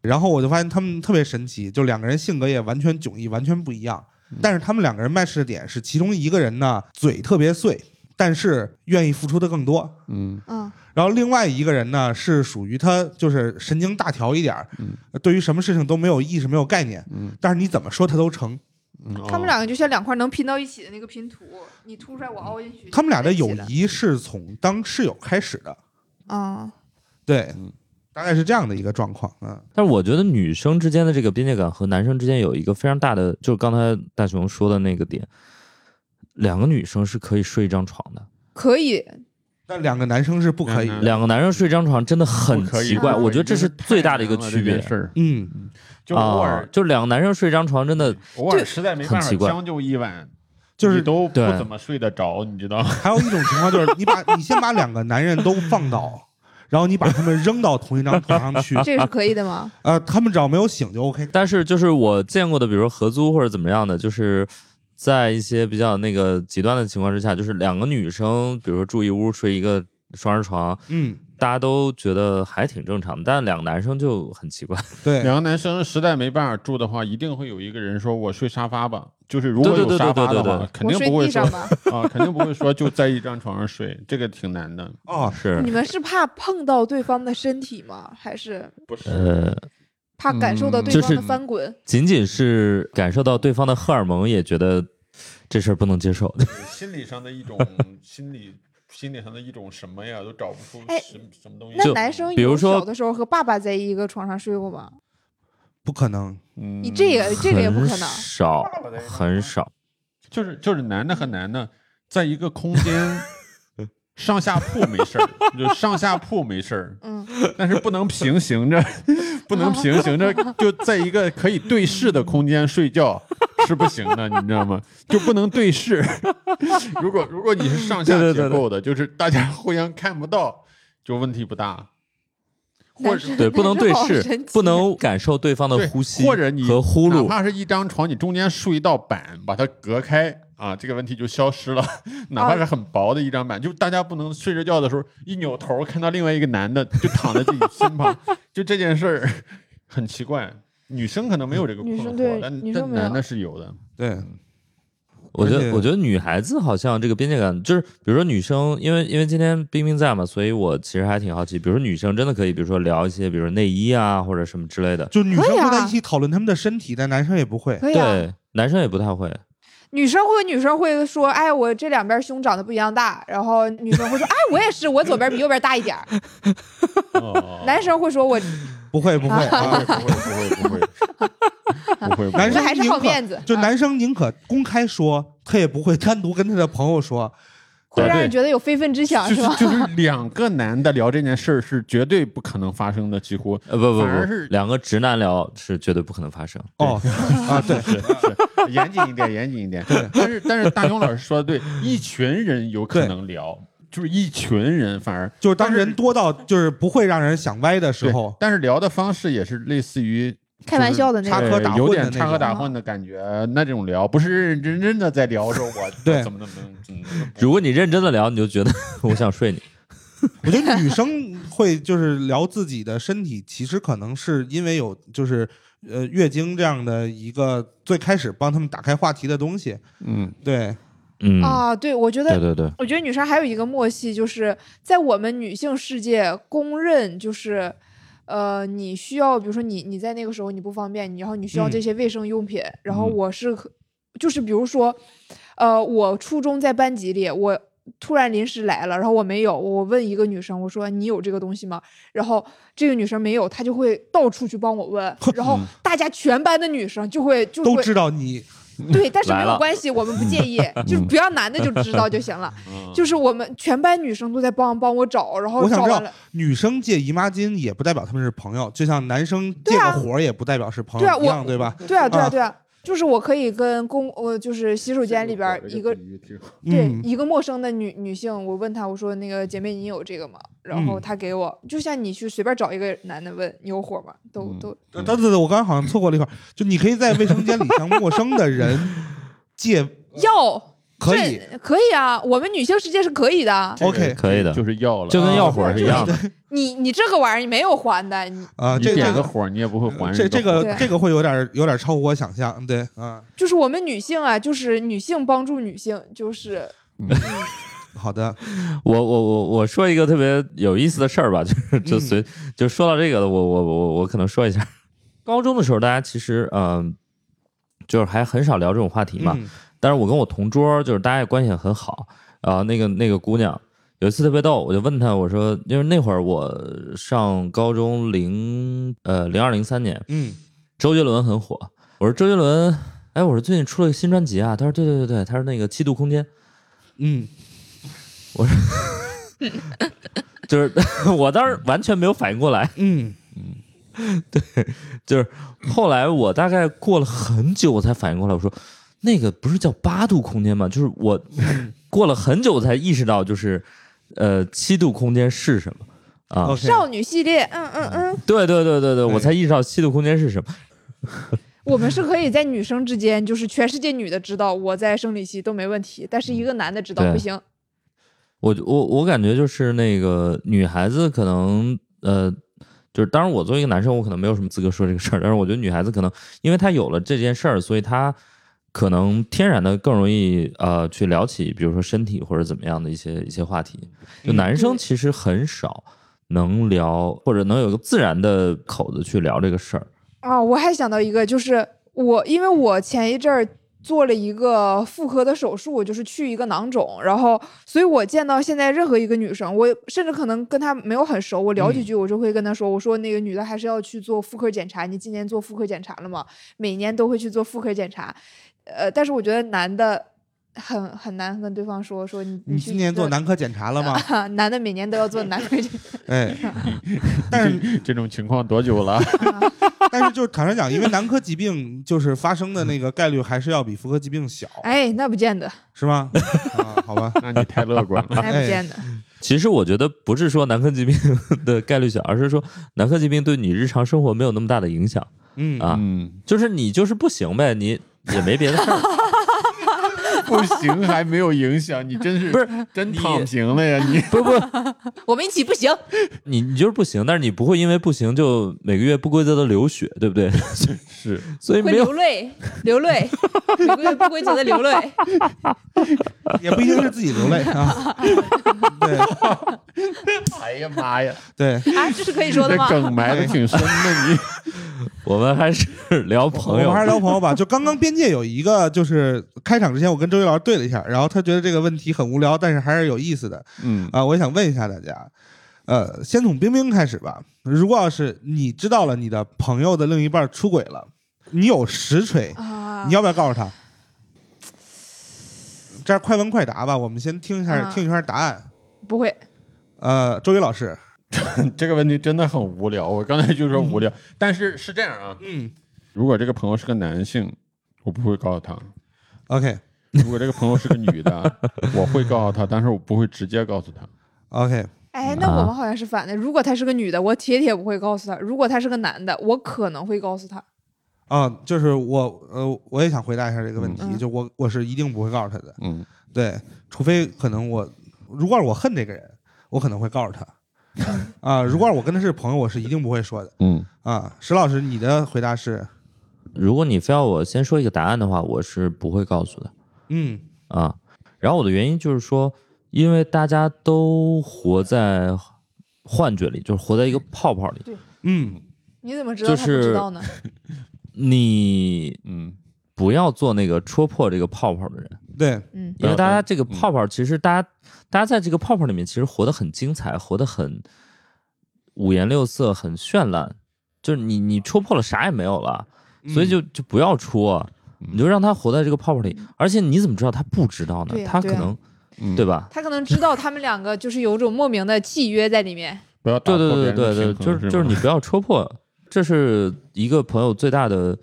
Speaker 2: 然后我就发现他们特别神奇，就两个人性格也完全
Speaker 3: 嗯
Speaker 2: 迥异，完全不一样。但是他们两个人 match 的点是，其中一个人呢嘴特别碎，但是愿意付出的更多。
Speaker 3: 嗯
Speaker 4: 嗯
Speaker 2: 然后另外一个人呢，是属于他就是神经大条一点儿，
Speaker 3: 嗯
Speaker 2: 对于什么事情都没有意识、没有概念，
Speaker 3: 嗯，
Speaker 2: 但是你怎么说他都成。
Speaker 3: 嗯
Speaker 4: 他们两个就像两块能拼到一起的那个拼图，你凸出来，我凹进去。
Speaker 2: 他们俩的友
Speaker 4: 就在一起了
Speaker 2: 谊是从当室友开始的，
Speaker 4: 啊，
Speaker 2: 对
Speaker 3: 嗯，
Speaker 2: 大概是这样的一个状况。嗯，
Speaker 5: 但是我觉得女生之间的这个边界感和男生之间有一个非常大的，就是刚才大熊说的那个点，两个女生是可以睡一张床的，
Speaker 4: 可以，
Speaker 5: 啊
Speaker 2: 但两个男生是不可以
Speaker 3: 嗯。
Speaker 5: 两个男生睡一张床真的很
Speaker 3: 不可以
Speaker 5: 奇怪，
Speaker 3: 不可以
Speaker 5: 我觉得这是最大的一个
Speaker 3: 太难了
Speaker 5: 区别
Speaker 3: 这件事儿，
Speaker 2: 嗯，
Speaker 3: 就偶
Speaker 5: 啊
Speaker 3: 尔，
Speaker 5: 就两个男生睡一张床真的
Speaker 3: 偶尔实在没办
Speaker 5: 很
Speaker 3: 法
Speaker 5: 奇怪
Speaker 3: 将就一晚，
Speaker 2: 就是
Speaker 3: 你都不
Speaker 5: 对
Speaker 3: 怎么睡得着，你知道吗？
Speaker 2: 还有一种情况就是，你把你先把两个男人都放倒，然后你把他们扔到同一张床上去，
Speaker 5: 啊
Speaker 4: 这个是可以的吗？
Speaker 2: 呃，他们只要没有醒就 OK。
Speaker 5: 但是就是我见过的，比如说合租或者怎么样的，就是在一些比较那个极端的情况之下，就是两个女生，比如说住一屋睡一个双人床，
Speaker 2: 嗯，
Speaker 5: 大家都觉得还挺正常的，但两个男生就很奇怪。
Speaker 2: 对，
Speaker 3: 两个男生实在没办法住的话，一定会有一个人说：“我睡沙发吧。”就是如果
Speaker 5: 对对
Speaker 3: 有沙发
Speaker 5: 对对
Speaker 3: 的
Speaker 5: 对
Speaker 3: 话，肯
Speaker 4: 我
Speaker 3: 定
Speaker 4: 睡
Speaker 3: 不会
Speaker 4: 地
Speaker 3: 说
Speaker 4: 上吧。
Speaker 3: 啊，肯定不会说就在一张床上睡，这个挺难的。
Speaker 2: 哦，
Speaker 5: 是
Speaker 4: 你，们是怕碰到对方的身体吗？还是
Speaker 3: 不是，
Speaker 5: 呃，
Speaker 4: 怕感受到
Speaker 3: 嗯
Speaker 4: 对
Speaker 5: 就
Speaker 4: 方
Speaker 5: 是
Speaker 4: 的翻滚？
Speaker 5: 仅仅是感受到对方的荷尔蒙，也觉得这事儿不能接受。
Speaker 3: 心理上的一种心理，心理上的一种什么呀，都找不出
Speaker 4: 哎
Speaker 3: 什么什么东西。
Speaker 4: 那男生
Speaker 5: 比如
Speaker 4: 有
Speaker 5: 说
Speaker 4: 小的时候和爸爸在一个床上睡过吗？
Speaker 2: 不可能。
Speaker 3: 嗯
Speaker 4: 你这个这个也不
Speaker 5: 很
Speaker 4: 可能。
Speaker 5: 少，很少。
Speaker 3: 就是就是男的和
Speaker 5: 嗯
Speaker 3: 男的在一个空 间。上下铺没事儿，就上下铺没事儿，
Speaker 4: 嗯，
Speaker 3: 但是不能平行着， 不能平行着，就在一个可以对视的空间睡觉是不行的，你知道吗？就不能对视。 如果如果你是上下
Speaker 5: 对对对
Speaker 3: 结
Speaker 5: 对
Speaker 3: 构的，就是大家互相看不到，就问题不大。或
Speaker 4: 男
Speaker 3: 者
Speaker 4: 生
Speaker 5: 对，不能对
Speaker 4: 男生好
Speaker 5: 视
Speaker 4: 神，奇啊
Speaker 5: 不能感受对方的
Speaker 3: 对
Speaker 5: 呼吸
Speaker 3: 或者你
Speaker 5: 和呼
Speaker 3: 哪
Speaker 5: 噜。
Speaker 3: 怕是一张床，你中间竖一道板把它隔开啊，这个问题就消失了。 哪怕是很薄的一张板，就大家不能睡着觉的时候一扭头看到另外一个男的就躺在自己身旁，就这件事儿很奇怪。女生可能没有这个困
Speaker 4: 女生
Speaker 3: 惑
Speaker 4: 对，
Speaker 3: 但
Speaker 4: 女生
Speaker 3: 但
Speaker 4: 没有
Speaker 3: 男的是有的。
Speaker 2: 对，
Speaker 5: 我觉
Speaker 2: 而且
Speaker 5: 得，我觉得女孩子好像这个边界感，就是比如说女生，因为因为今天冰冰在嘛，所以我其实还挺好奇，比如说女生真的可以，比如说聊一些，比如说内衣啊或者什么之类的，
Speaker 2: 就女生
Speaker 4: 可以啊
Speaker 2: 会在一起讨论他们的身体，但男生也不会。
Speaker 4: 可以啊。
Speaker 5: 对，男生也不太会，
Speaker 4: 女生会女生会说，哎，我这两边胸长得不一样大，然后女生会说，哎，我也是，我左边比右边大一点儿。
Speaker 3: 哦
Speaker 4: 男生会说我，
Speaker 2: 不会，不 会，啊
Speaker 3: 不会不会不会不会不会，
Speaker 2: 男
Speaker 4: 这
Speaker 2: 生
Speaker 4: 还是
Speaker 2: 宁
Speaker 4: 好
Speaker 2: 可
Speaker 4: 面
Speaker 3: 哦
Speaker 4: 子，
Speaker 2: 就
Speaker 4: 啊
Speaker 2: 男生宁可公开说，他也不会单独跟他的朋友说。
Speaker 4: 会让人
Speaker 3: 对
Speaker 4: 觉得有非分之想，
Speaker 3: 就是
Speaker 4: 吧
Speaker 3: 是？就是两个男的聊这件事儿是绝对不可能发生的，几乎
Speaker 5: 呃，不不
Speaker 3: 反而
Speaker 5: 不
Speaker 3: 是，
Speaker 5: 两个直男聊是绝对不可能发生。
Speaker 2: 哦，啊，对，
Speaker 3: 是是，严谨一点，严谨一点。但是但是大勇老师说的对，一群人有可能聊，就是一群人反而
Speaker 2: 就是当
Speaker 3: 但是
Speaker 2: 人多到就是不会让人想歪的时
Speaker 3: 对
Speaker 2: 候，
Speaker 3: 但是聊的方式也是类似于
Speaker 4: 开玩笑的那
Speaker 2: 插
Speaker 4: 种。
Speaker 2: 科打诨的那
Speaker 3: 呃有点插科
Speaker 2: 种啊
Speaker 3: 打诨的感觉，那种聊不是认认真真的在聊着我
Speaker 2: 对
Speaker 3: 怎么怎么怎么怎么。
Speaker 5: 如果你认真的聊，你就觉得 我想睡你。
Speaker 2: 我觉得女生会就是聊自己的身体，其实可能是因为有就是呃月经这样的一个最开始帮他们打开话题的东西。
Speaker 3: 嗯，
Speaker 2: 对，
Speaker 5: 嗯，
Speaker 4: 啊，对，我觉得
Speaker 5: 对对对，
Speaker 4: 我觉得女生还有一个默契，就是在我们女性世界公认就是。呃，你需要，比如说你你在那个时候你不方便，你然后你需要这
Speaker 2: 嗯
Speaker 4: 些卫生用品，然后
Speaker 5: 嗯
Speaker 4: 我是可，就是比如说，呃，我初中在班级里，我突然临时来了，然后我没有，我问一个女生，我说你有这个东西吗？然后这个女生没有，她就会到处去帮 我问，然后大家全班的女生就会
Speaker 2: 嗯
Speaker 4: 就
Speaker 2: 都
Speaker 4: 会
Speaker 2: 知道你
Speaker 4: 对，但是
Speaker 5: 来
Speaker 4: 没
Speaker 5: 了
Speaker 4: 有关系，我们不介意， 就是不要男的就知道就行 了。就是我们全班女生都在帮帮我找，然后
Speaker 2: 我想
Speaker 4: 找
Speaker 2: 知
Speaker 4: 完
Speaker 2: 道
Speaker 4: 了，
Speaker 2: 女生借姨妈巾也不代表他们是朋友，就像男生借
Speaker 4: 对
Speaker 2: 个
Speaker 4: 啊
Speaker 2: 火儿也不代表是朋
Speaker 4: 对啊
Speaker 2: 友一
Speaker 4: 我
Speaker 2: 样，对吧？
Speaker 4: 对啊，对
Speaker 2: 啊
Speaker 4: 啊，对啊，就是我可以跟公呃，就是洗手间里边儿一个对、
Speaker 2: 嗯，
Speaker 4: 一个陌生的女女性，我问她，我说那个姐妹你有这个吗？然后
Speaker 2: 嗯
Speaker 4: 她给我，就像你去随便找一个男的问你有火吗？都、
Speaker 3: 嗯
Speaker 4: 都
Speaker 2: 对对对，我刚才好像错过了一块儿，就你可以在卫生间里向陌生的人借，
Speaker 4: 要
Speaker 2: 可以
Speaker 4: 这可以啊，我们女性世界是可以的。
Speaker 2: 这个 OK
Speaker 5: 可以的
Speaker 3: 就是要了，啊
Speaker 5: 就跟要火是一样的。
Speaker 4: 你你这个玩意儿你没有还的，你
Speaker 2: 啊，
Speaker 3: 你
Speaker 2: 这
Speaker 3: 点
Speaker 2: 个
Speaker 3: 个火，你也不会还人
Speaker 2: 这这
Speaker 3: 火
Speaker 2: 个
Speaker 4: 对
Speaker 2: 这个会有点儿有点儿超乎我想象，对啊，
Speaker 4: 就是我们女性啊，就是女性帮助女性，就是
Speaker 2: 好的，
Speaker 5: 我我我我说一个特别有意思的事儿吧，就是就
Speaker 2: 嗯
Speaker 5: 随、就说到这个了，我我我我可能说一下， 高中的时候大家其实嗯、就是还很少聊这种话题嘛，
Speaker 2: 嗯
Speaker 5: 但是我跟我同桌就是大家也关系很好啊、那个那个姑娘有一次特别逗，我就问她，我说因为那会儿我上高中零呃零二零三年，
Speaker 2: 嗯
Speaker 5: 周杰伦很火，我说周杰伦，哎，我说最近出了个新专辑啊，她说对对对对，她说那个七度空间，
Speaker 2: 嗯，
Speaker 5: 就是 我当时完全没有反应过来，
Speaker 2: 嗯
Speaker 5: 就是后来我大概过了很久，我才反应过来，我说那个不是叫八度空间吗？就是 我过了很久我才意识到，就是呃七度空间是什么啊？
Speaker 2: ，OK，
Speaker 4: 少女系列，嗯嗯嗯，
Speaker 5: 对对对对对，我
Speaker 2: 对
Speaker 5: 才意识到七度空间是什么。
Speaker 4: 我们是可以在女生之间，就是全世界女的知道我在生理期都没问题，但是一个男的知道
Speaker 5: 对
Speaker 4: 不行。
Speaker 5: 我我我感觉就是那个女孩子可能呃。就是，当然，我作为一个男生，我可能没有什么资格说这个事儿。但是，我觉得女孩子可能，因为她有了这件事儿，所以她可能天然的更容易呃去聊起，比如说身体或者怎么样的一些一些话题。就
Speaker 2: 嗯
Speaker 5: 男生
Speaker 4: 对
Speaker 5: 其实很少能聊，或者能有个自然的口子去聊这个事儿。
Speaker 4: 啊，我还想到一个，就是我，因为我前一阵儿做了一个妇科的手术，就是去一个囊肿，然后，所以我见到现在任何一个女生，我甚至可能跟她没有很熟，我
Speaker 2: 嗯
Speaker 4: 聊几句，我就会跟她说，我说那个女的还是要去做妇科检查，你今年做妇科检查了吗？每年都会去做妇科检查，呃，但是我觉得男的很很难跟对方说说你
Speaker 2: 你
Speaker 4: 去
Speaker 2: 今年做男科检查了吗？
Speaker 4: 啊，男的每年都要做男科检
Speaker 2: 哎，但是
Speaker 3: 这种情况多久了？
Speaker 4: 查。啊
Speaker 2: 但是就是坦率讲，因为男科疾病就是发生的那个概率还是要比妇科疾病小，
Speaker 4: 哎，那不见 得，
Speaker 2: 是吗？啊，好吧，
Speaker 3: 那你太乐观 了。
Speaker 4: 那
Speaker 2: 哎
Speaker 4: 不见得。
Speaker 5: 其实我觉得不是说男科疾病 的概率小，而是说男科疾病对你日常生活没有那么大的影响。
Speaker 2: 嗯
Speaker 5: 啊
Speaker 3: 嗯，
Speaker 5: 就是你就是不行呗，你也没别的 事儿。
Speaker 3: 不行，还没有影响，你真是
Speaker 5: 不是
Speaker 3: 真
Speaker 5: 你
Speaker 3: 躺平了呀？你
Speaker 5: 不不，
Speaker 4: 我们一起不行。
Speaker 5: 你你就是不行，但是你不会因为不行就每个月不规则的流血，对 不对？
Speaker 3: 是
Speaker 5: 所以
Speaker 4: 会
Speaker 5: 没有
Speaker 4: 流泪，流泪，每个月不规则的流泪。啊
Speaker 2: 也不一定是自己流泪 啊。对
Speaker 3: 哎呀妈呀，
Speaker 2: 对，
Speaker 4: 啊，这是可以
Speaker 3: 这
Speaker 4: 说的吗？
Speaker 3: 梗埋的挺深的，你
Speaker 5: 我们还是聊
Speaker 2: 我
Speaker 5: 朋
Speaker 2: 们
Speaker 5: 友
Speaker 2: 还。是聊朋友吧。就刚刚边界有一个，就是开场之前我跟周一老师对了一下，然后他觉得这个问题很无聊，但是还是有意思的
Speaker 3: 嗯
Speaker 2: 啊。我也想问一下大家，呃，先从冰冰开始吧。如果要是你知道了你的朋友的另一半出轨了，你有实锤，
Speaker 4: 啊
Speaker 2: 你要不要告诉他？这样快问快答吧，我们先听一下、
Speaker 4: 嗯
Speaker 2: 听一下答案。
Speaker 4: 不会？
Speaker 2: 呃，周宇老师，
Speaker 3: 这个问题真的很无聊。我刚才就说无聊，嗯但是是这样啊，
Speaker 2: 嗯
Speaker 3: 如果这个朋友是个男性，我不会告诉他；
Speaker 2: ，OK
Speaker 3: 如果这个朋友是个女的，我会告诉他，但是我不会直接告诉他。
Speaker 2: OK，
Speaker 4: 哎，那
Speaker 2: 啊
Speaker 4: 我们好像是反的。如果她是个女的，我铁铁不会告诉她；如果她是个男的，我可能会告诉她。
Speaker 2: 啊、就是我呃，我也想回答一下这个问题，
Speaker 4: 嗯
Speaker 2: 就我我是一定不会告诉他的，
Speaker 3: 嗯，
Speaker 2: 对，除非可能我如果我恨这个人，我可能会告诉他。啊、如果我跟他是朋友，我是一定不会说的。
Speaker 3: 嗯，
Speaker 2: 啊、石老师，你的回答是，
Speaker 5: 如果你非要我先说一个答案的话，我是不会告诉的
Speaker 2: 嗯
Speaker 5: 啊。然后我的原因就是说，因为大家都活在幻觉里，就是活在一个泡泡里。
Speaker 2: 嗯
Speaker 4: 你怎么知道她不知道呢？
Speaker 5: 你
Speaker 3: 嗯，
Speaker 5: 不要做那个戳破这个泡泡的人，
Speaker 2: 对，
Speaker 4: 嗯，
Speaker 5: 因为大家这个
Speaker 3: 嗯
Speaker 5: 泡泡，其实大家、大家在这个泡泡里面，其实活得很精彩，活得很五颜六色，很绚烂。就是你你戳破了啥也没有了，所以就就不要戳，你就让他活在这个泡泡里。而且你怎么知道他不知道呢
Speaker 4: 嗯对？呀
Speaker 5: 他可
Speaker 4: 对呀啊
Speaker 5: 能
Speaker 3: 嗯
Speaker 5: 对？吧？
Speaker 4: 她可能知道他们两个就是有种莫名的契约在里面。
Speaker 3: 不要打
Speaker 5: 对
Speaker 3: 破
Speaker 5: 对对
Speaker 3: 别人
Speaker 5: 对
Speaker 3: 的
Speaker 5: 对，
Speaker 3: 平衡
Speaker 5: 就是就是
Speaker 3: 吗
Speaker 5: 你不要戳破，这是一个朋友最大的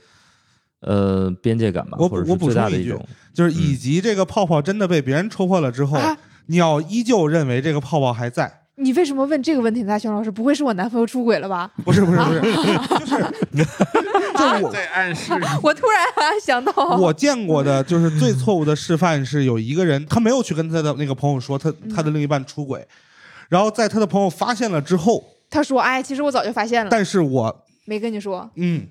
Speaker 5: 呃边界感吧，
Speaker 2: 我
Speaker 5: 或者
Speaker 2: 我
Speaker 5: 是
Speaker 2: 补
Speaker 5: 最大
Speaker 2: 充
Speaker 5: 的
Speaker 2: 一句
Speaker 5: 种
Speaker 2: 就是以及这个泡泡真的被别人戳破了之后，
Speaker 4: 啊
Speaker 2: 你要依旧认为这个泡泡还在。
Speaker 4: 你为什么问这个问题呢？大熊老师，不会是我男朋友出轨了吧？
Speaker 2: 不是不是不是，就是 就是我
Speaker 3: 在暗示
Speaker 4: 我突然、啊、想到，
Speaker 2: 我见过的就是最错误的示范是有一个人他没有去跟他的那个朋友说他他的另一半出轨，然后在他的朋友发现了之后，
Speaker 4: 他说，哎，其实我早就发现了，
Speaker 2: 但是我
Speaker 4: 没跟你说，
Speaker 2: 嗯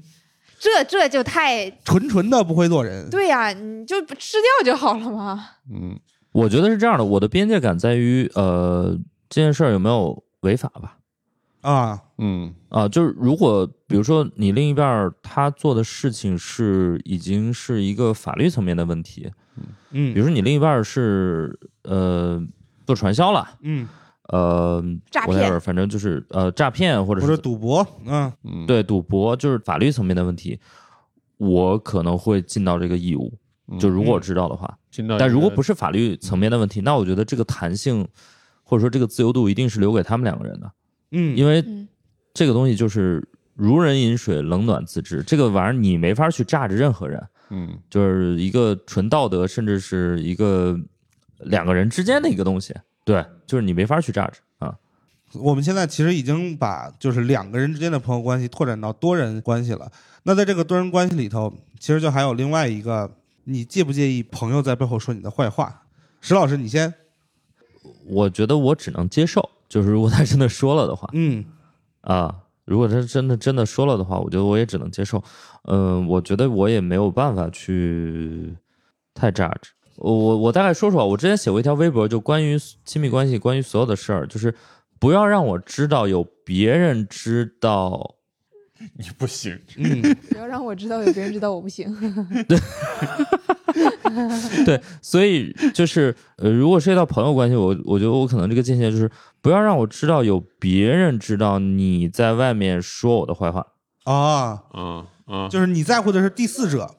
Speaker 4: 这这就太
Speaker 2: 纯纯的不会做人，
Speaker 4: 对呀、你就吃掉就好了嘛。
Speaker 3: 嗯，
Speaker 5: 我觉得是这样的，我的边界感在于呃这件事儿有没有违法吧。
Speaker 2: 啊，
Speaker 3: 嗯
Speaker 5: 啊，就是如果比如说你另一半儿他做的事情是已经是一个法律层面的问题，
Speaker 2: 嗯，
Speaker 5: 比如说你另一半儿是呃做传销了，
Speaker 2: 嗯，
Speaker 5: 呃，
Speaker 4: 诈
Speaker 5: whatever，
Speaker 4: 骗
Speaker 5: 反正就是呃诈骗或者
Speaker 2: 或
Speaker 5: 是
Speaker 2: 者赌博，嗯
Speaker 3: 嗯，，
Speaker 5: 对赌博，就是法律层面的问题，我可能会尽到这个义务，
Speaker 2: 嗯
Speaker 5: 就如果我知道的话。
Speaker 3: 听到一个，
Speaker 5: 但如果不
Speaker 3: 是
Speaker 5: 是法律层面的问题，那我觉得这个弹性或者说这个自由度一定是留给他们两个人的，
Speaker 2: 嗯，
Speaker 5: 因为
Speaker 4: 嗯，
Speaker 5: 这个东西就是如人饮水，冷暖自知。这个玩意儿你没法去榨着任何人，
Speaker 3: 嗯
Speaker 5: 就是一个纯道德，甚至是一个两个人之间的一个东西。对，就是你没法去榨着啊。
Speaker 2: 我们现在其实已经把就是两个人之间的朋友关系拓展到多人关系了。那在这个多人关系里头，其实就还有另外一个，你介不介意朋友在背后说你的坏话？石老师，你先，
Speaker 5: 我觉得我只能接受，就是如果他真的说了的话
Speaker 2: 嗯
Speaker 5: 啊，如果他真的真的说了的话，我觉得我也只能接受。嗯、我觉得我也没有办法去太榨着。我我我大概说说啊，我之前写过一条微博，就关于亲密关系，关于所有的事儿，就是不要让我知道有别人知道，
Speaker 3: 你不行，
Speaker 2: 嗯，
Speaker 4: 不要让我知道有别人知道我不行。
Speaker 5: 对，所以就是呃，如果涉及到朋友关系，我我觉得我可能这个界限就是不要让我知道有别人知道你在外面说我的坏话，
Speaker 2: 啊，
Speaker 3: 嗯嗯，
Speaker 2: 就是你在乎的是第四者，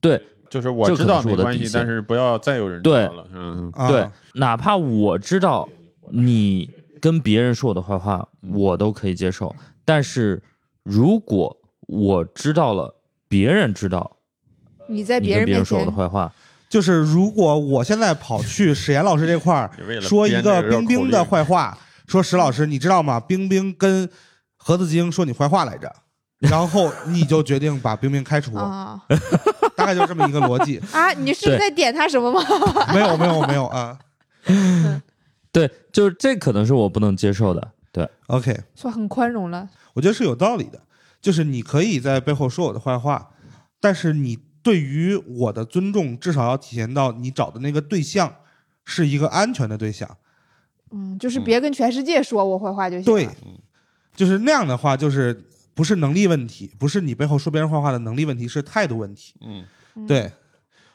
Speaker 5: 对
Speaker 3: 就是我
Speaker 5: 这
Speaker 3: 知
Speaker 5: 可
Speaker 3: 道
Speaker 5: 能是
Speaker 3: 没
Speaker 5: 我的
Speaker 3: 关
Speaker 5: 底
Speaker 3: 系，
Speaker 5: 线
Speaker 3: 但是不要再有人知
Speaker 5: 对
Speaker 3: 道了，嗯，
Speaker 2: 啊、
Speaker 5: 对，，哪怕我知道你跟别人说我的坏话，我都可以接受，但是如果我知道了，别人知道
Speaker 4: 你在
Speaker 5: 你
Speaker 4: 别
Speaker 5: 跟
Speaker 4: 人
Speaker 5: 别
Speaker 4: 面
Speaker 5: 人说我的
Speaker 4: 前，
Speaker 5: 坏话，
Speaker 2: 就是如果我现在跑去史岩老师这块 儿
Speaker 3: 你为了
Speaker 2: 说一
Speaker 3: 编这
Speaker 2: 个
Speaker 3: 个绕
Speaker 2: 冰冰
Speaker 3: 口
Speaker 2: 的
Speaker 3: 令
Speaker 2: 坏话，说石老师，你知道吗？冰冰跟盒子精说你坏话来着，然后你就决定把冰冰开除，
Speaker 4: 啊
Speaker 2: 大概就这么一个逻辑。
Speaker 4: 啊！你是
Speaker 5: 对
Speaker 4: 在点他什么吗？
Speaker 2: 没有没有没有啊
Speaker 5: 对，就是这可能是我不能接受的，对。
Speaker 2: ，OK，
Speaker 4: 说很宽容了，
Speaker 2: 我觉得是有道理的，就是你可以在背后说我的坏话，但是你对于我的尊重，至少要体现到你找的那个对象是一个安全的对象。
Speaker 4: 嗯，就是别跟全世界说我坏话就行。
Speaker 2: 对，，就是那样的话，就是不是能力问题，不是你背后说别人坏话的能力问题，是态度问题。
Speaker 3: 嗯，
Speaker 2: 对，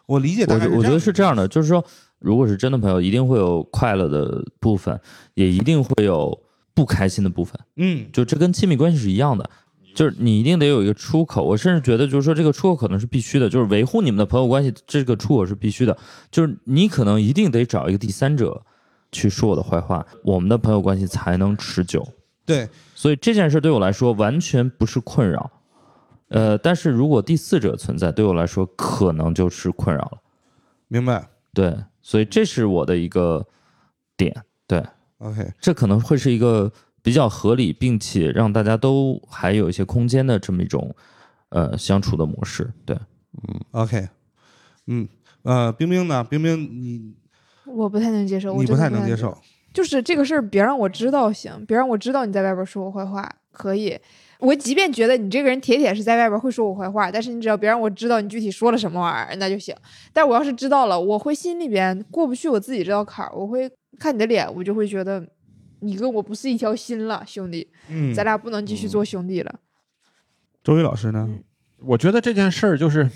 Speaker 2: 我理解大
Speaker 5: 我
Speaker 2: 概
Speaker 5: 觉
Speaker 2: 这样
Speaker 5: 我觉得是这样的，就是说，如果是真的朋友，一定会有快乐的部分，也一定会有不开心的部分。
Speaker 2: 嗯
Speaker 5: 就这跟亲密关系是一样的，就是你一定得有一个出口。我甚至觉得，就是说这个出口可能是必须的，就是维护你们的朋友关系，这个出口是必须的。就是你可能一定得找一个第三者去说我的坏话，我们的朋友关系才能持久。
Speaker 2: 对，
Speaker 5: 所以这件事对我来说完全不是困扰。呃，但是如果第四者存在，对我来说可能就是困扰了。
Speaker 2: 明白。
Speaker 5: 对，所以这是我的一个点，
Speaker 2: OK，
Speaker 5: 这可能会是一个比较合理，并且让大家都还有一些空间的这么一种呃相处的模式。对，
Speaker 2: OK，嗯呃，冰冰呢？冰冰你
Speaker 4: 我不太能接受，我
Speaker 2: 你
Speaker 4: 真的
Speaker 2: 不
Speaker 4: 不
Speaker 2: 太能接受。
Speaker 4: 就是这个事儿，别让我知道行，别让我知道你在外边说我坏话，可以。我即便觉得你这个人铁铁是在外边会说我坏话，但是你只要别让我知道你具体说了什么玩意儿，那就行。但我要是知道了，我会心里边过不去我自己这道坎儿，我会看你的脸，我就会觉得你跟我不是一条心了，兄弟，
Speaker 2: 嗯，
Speaker 4: 咱俩不能继续做 兄弟了。
Speaker 2: 周瑜老师呢？
Speaker 4: 嗯
Speaker 3: 我觉得这件事儿就是，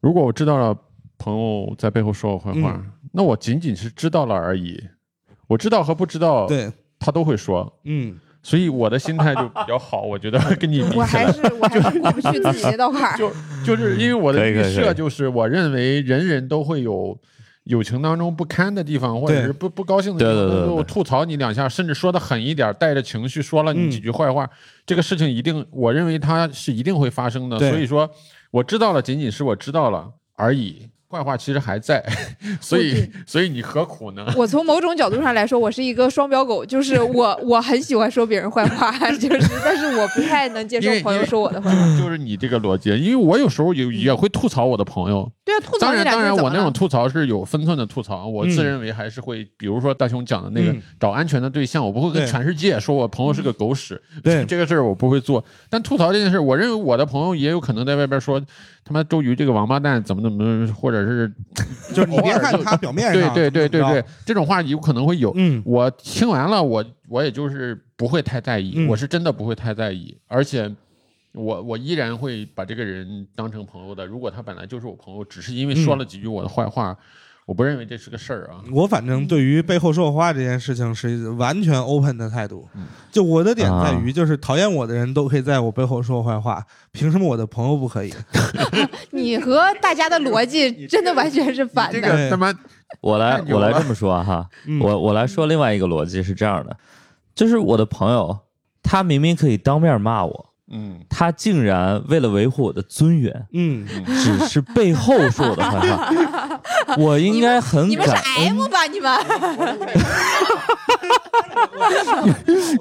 Speaker 3: 如果我知道了朋友在背后说我坏话，
Speaker 5: 嗯
Speaker 3: 那我仅仅是知道了而已，我知道和不知道，
Speaker 2: 对，
Speaker 3: 他都会说，
Speaker 2: 嗯，
Speaker 3: 所以我的心态就比较好，我 觉得跟你比起
Speaker 4: 我
Speaker 3: 来。
Speaker 4: 还是我还是过不去自己那道坎 儿。
Speaker 3: 就就是因为我
Speaker 5: 可
Speaker 3: 的
Speaker 5: 以
Speaker 3: 预
Speaker 5: 可以可
Speaker 3: 设
Speaker 5: 以
Speaker 3: 就是，我认为人人都会有友情当中不堪的地方，或者
Speaker 2: 对
Speaker 3: 是不不高兴的地
Speaker 5: 对
Speaker 3: 方，
Speaker 5: 对对
Speaker 3: 能
Speaker 5: 对
Speaker 3: 够吐槽你两下，甚至说的狠一点，带着情绪说了你几
Speaker 5: 嗯
Speaker 3: 句坏话，这个事情一定，我认为它是一定会发生的。
Speaker 2: 对
Speaker 3: 所以说，我知道了，仅仅是我知道了而已。坏话其实还在， 所以所以你何苦呢？
Speaker 4: 我从某种角度上来说，我是一个双标狗，就是我我很喜欢说别人坏话， 就是但是我不太能接受
Speaker 3: 因为
Speaker 4: 朋友说我的坏话。
Speaker 3: 就是你这个逻辑，因为我有时候也也会吐槽我的朋友，
Speaker 4: 对啊，吐槽
Speaker 3: 当
Speaker 4: 你
Speaker 3: 然，
Speaker 4: 俩
Speaker 3: 当
Speaker 4: 就是
Speaker 3: 然，
Speaker 4: 怎
Speaker 3: 我
Speaker 4: 么
Speaker 3: 那种
Speaker 4: 了？
Speaker 3: 吐槽是有分寸的吐槽，我自
Speaker 2: 嗯
Speaker 3: 认为还是会，比如说大雄讲的那个
Speaker 2: 嗯
Speaker 3: 找安全的对象，我不会
Speaker 2: 对嗯
Speaker 3: 跟全世界说我朋友是个狗屎，
Speaker 2: 对
Speaker 3: 这个事儿我不会做。但吐槽这件事儿，我认为我的朋友也有可能在外边说他妈周瑜这个王八蛋怎么怎么，或者是
Speaker 2: 就是你别看他表面
Speaker 3: 对
Speaker 2: 上，
Speaker 3: 对对对对，，这种话有可能会有。
Speaker 2: 嗯，
Speaker 3: 我听完了，我我也就是不会太在意，
Speaker 2: 嗯
Speaker 3: 我是真的不会太在意，而且我我依然会把这个人当成朋友的。如果他本来就是我朋友，只是因为说了几句我的坏话，我不认为这是个事儿啊。
Speaker 2: 我反
Speaker 5: 嗯
Speaker 2: 正对于背后说我话这件事情是完全 open 的态度
Speaker 3: 嗯。
Speaker 2: 就我的点在于，就是讨厌我的人都可以在我背后说我坏话，凭什么我的朋友不可以？
Speaker 4: 你和大家的逻辑真的完全是反
Speaker 3: 这
Speaker 4: 的。
Speaker 3: 个他妈
Speaker 5: 我来
Speaker 3: 太牛
Speaker 5: 我
Speaker 3: 了
Speaker 5: 来这么说哈，
Speaker 2: 嗯
Speaker 5: 我我来说另外一个逻辑是这样的，就是我的朋友他明明可以当面骂我，
Speaker 3: 嗯，
Speaker 5: 他竟然为了维护我的尊严，
Speaker 2: 嗯，
Speaker 5: 只是背后说我的坏话，我应该很
Speaker 4: 你们是
Speaker 5: 感
Speaker 4: M 吧？你们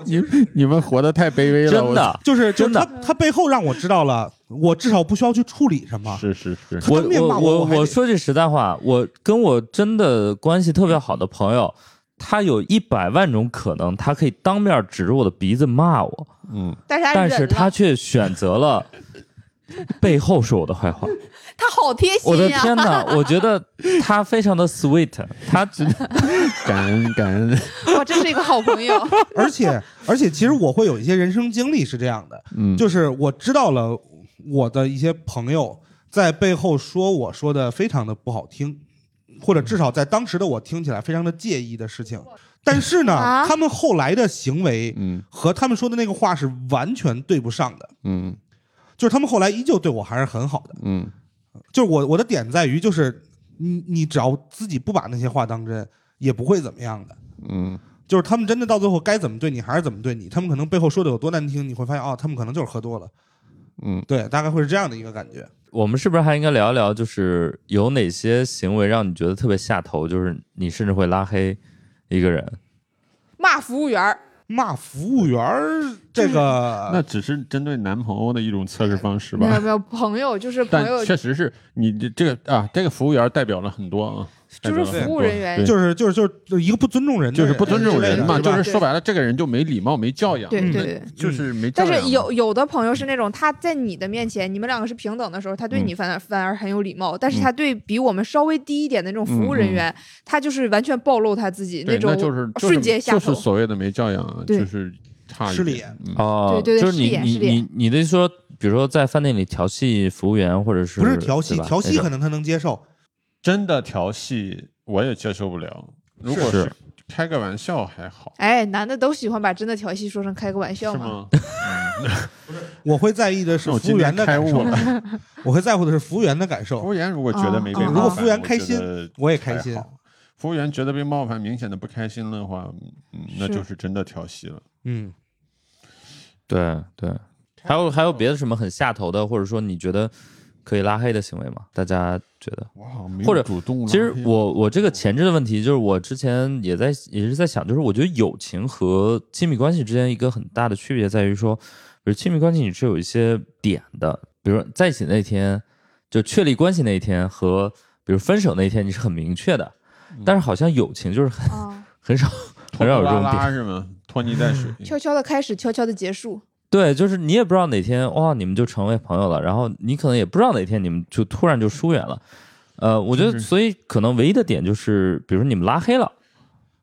Speaker 3: 你你们活得太卑微了，
Speaker 5: 真的。
Speaker 2: 就是就是
Speaker 5: 真的
Speaker 2: 他他背后让我知道了，我至少不需要去处理什
Speaker 3: 我
Speaker 2: 么。
Speaker 3: 是是是，
Speaker 2: 他
Speaker 5: 我
Speaker 2: 当面骂
Speaker 5: 我
Speaker 2: 我还得
Speaker 5: 我说句实在话，我跟我真的关系特别好的朋友，他有一百万种可能，他可以当面指着我的鼻子骂我，
Speaker 3: 嗯，
Speaker 4: 但是他
Speaker 5: 但
Speaker 4: 忍
Speaker 5: 是
Speaker 4: 了
Speaker 5: 他却选择了背后说我的 坏话。
Speaker 4: 他好贴
Speaker 5: 我
Speaker 4: 心啊
Speaker 5: 的
Speaker 2: 啊
Speaker 4: 呀、
Speaker 5: 天哪，我觉得他非常的 sweet，他
Speaker 3: 感恩感恩，
Speaker 4: 哇，真是一个好朋 友。
Speaker 2: 而且而且，其实我会有一些人生经历是这样的，
Speaker 3: 嗯，
Speaker 2: 就是我知道了我的一些朋友在背后说我说的非常的不好听，或者至少在当时的我听起来非常的介意的事情，但是呢，
Speaker 4: 啊
Speaker 2: 他们后来的行为
Speaker 3: 嗯
Speaker 2: 和他们说的那个话是完全对不上的，
Speaker 3: 嗯
Speaker 2: 就是他们后来依旧对我还是很好的。
Speaker 3: 嗯
Speaker 2: 就是我我的点在于，就是你你只要自己不把那些话当真，也不会怎么样的。
Speaker 3: 嗯
Speaker 2: 就是他们真的到最后该怎么对你还是怎么对你，他们可能背后说的有多难听，你会发现哦，他们可能就是喝多了。
Speaker 3: 嗯，
Speaker 2: 对，大概会是这样的一个感觉。
Speaker 5: 我们是不是还应该聊一聊，就是有哪些行为让你觉得特别下头，就是你甚至会拉黑一个人？
Speaker 4: 骂服务员儿，
Speaker 2: 骂服务员儿这
Speaker 3: 那
Speaker 2: 个，
Speaker 3: 只是针对男朋友的一种测试方式吧
Speaker 4: 没。有没有朋友，就是朋
Speaker 3: 但
Speaker 4: 友，
Speaker 3: 确实是你这这个啊，这个服务员代表了很多啊，
Speaker 4: 就
Speaker 3: 代表
Speaker 4: 是
Speaker 3: 了很
Speaker 4: 服务
Speaker 3: 多
Speaker 4: 人员
Speaker 3: 对
Speaker 2: 就是就是就是就是一个不尊重人的
Speaker 3: 嗯就
Speaker 2: 人，
Speaker 3: 是不尊重人嘛，
Speaker 2: 之类的
Speaker 3: 就是
Speaker 2: 吧
Speaker 3: 说白了，这个人就没礼貌、没教养，
Speaker 4: 对
Speaker 3: 那
Speaker 4: 对对。
Speaker 3: 就是没教
Speaker 4: 但
Speaker 3: 养嘛。
Speaker 4: 是有有的朋友是那种他在你的面前，你们两个是平等的时候，他
Speaker 3: 嗯
Speaker 4: 对你反而、反而很有礼貌，但是他对比我们稍微低一点的那种服务人员，他就是完全暴露他自己
Speaker 3: 嗯对，
Speaker 4: 种，
Speaker 3: 那就是就是
Speaker 4: 瞬间下
Speaker 3: 就
Speaker 4: 头。
Speaker 3: 是所谓的没教养啊，
Speaker 4: 对
Speaker 3: 就是差一
Speaker 2: 失礼
Speaker 3: 点嗯
Speaker 5: 哦，
Speaker 4: 对对对
Speaker 5: 就是
Speaker 4: 是
Speaker 5: 你
Speaker 4: 脸
Speaker 5: 你
Speaker 4: 是脸
Speaker 5: 你你的意思说，比如说在饭店里调戏服务员，或者是
Speaker 2: 不是调戏
Speaker 5: 对，吧
Speaker 2: 调戏
Speaker 5: 那种
Speaker 2: 可能他能接受，
Speaker 3: 真的调戏我也接受不了。如果
Speaker 5: 是
Speaker 3: 是开个玩笑还好，
Speaker 4: 哎，男的都喜欢把真的调戏说成开个玩笑
Speaker 3: 是
Speaker 4: 嘛。
Speaker 3: 吗？
Speaker 2: 我会在意的是
Speaker 3: 那我
Speaker 2: 服
Speaker 3: 今
Speaker 2: 务员
Speaker 3: 天
Speaker 2: 的
Speaker 3: 开
Speaker 2: 感
Speaker 3: 悟
Speaker 2: 受，
Speaker 3: 了。
Speaker 2: 我会在乎的是服务员的感
Speaker 3: 服
Speaker 2: 受。
Speaker 3: 务员如果觉得没被
Speaker 4: 啊
Speaker 3: 冒
Speaker 4: 啊
Speaker 3: 犯，
Speaker 4: 啊如果
Speaker 2: 服务员开心
Speaker 3: 我觉得
Speaker 2: 我也开心
Speaker 3: 还好。服务员觉得被冒犯，明显的不开心的话，嗯，那
Speaker 4: 是
Speaker 3: 就是真的调戏了。
Speaker 2: 嗯，
Speaker 5: 对对，还有还有别的什么很下头的，或者说你觉得可以拉黑的行为吗？大家觉得？
Speaker 3: 哇，没有
Speaker 5: 或者
Speaker 3: 主动拉
Speaker 5: 其实
Speaker 3: 黑
Speaker 5: 我我这个前置的问题，就是我之前也在也是在想，就是我觉得友情和亲密关系之间一个很大的区别在于说，比如亲密关系你是有一些点的，比如说在一起那天，就确立关系那一天和比如分手那一天你是很明确的，但是好像友情就是很
Speaker 4: 啊，
Speaker 5: 很少
Speaker 3: 拖
Speaker 5: 很少
Speaker 3: 拖
Speaker 5: 有这
Speaker 3: 拉
Speaker 5: 种点
Speaker 3: 拉。是吗？拖泥带水。
Speaker 4: 悄悄的开始，悄悄的结束。
Speaker 5: 对，就是你也不知道哪天哇，你们就成为朋友了，然后你可能也不知道哪天你们就突然就疏远了。呃，我觉得，所以可能唯一的点就是，比如说你们拉黑了，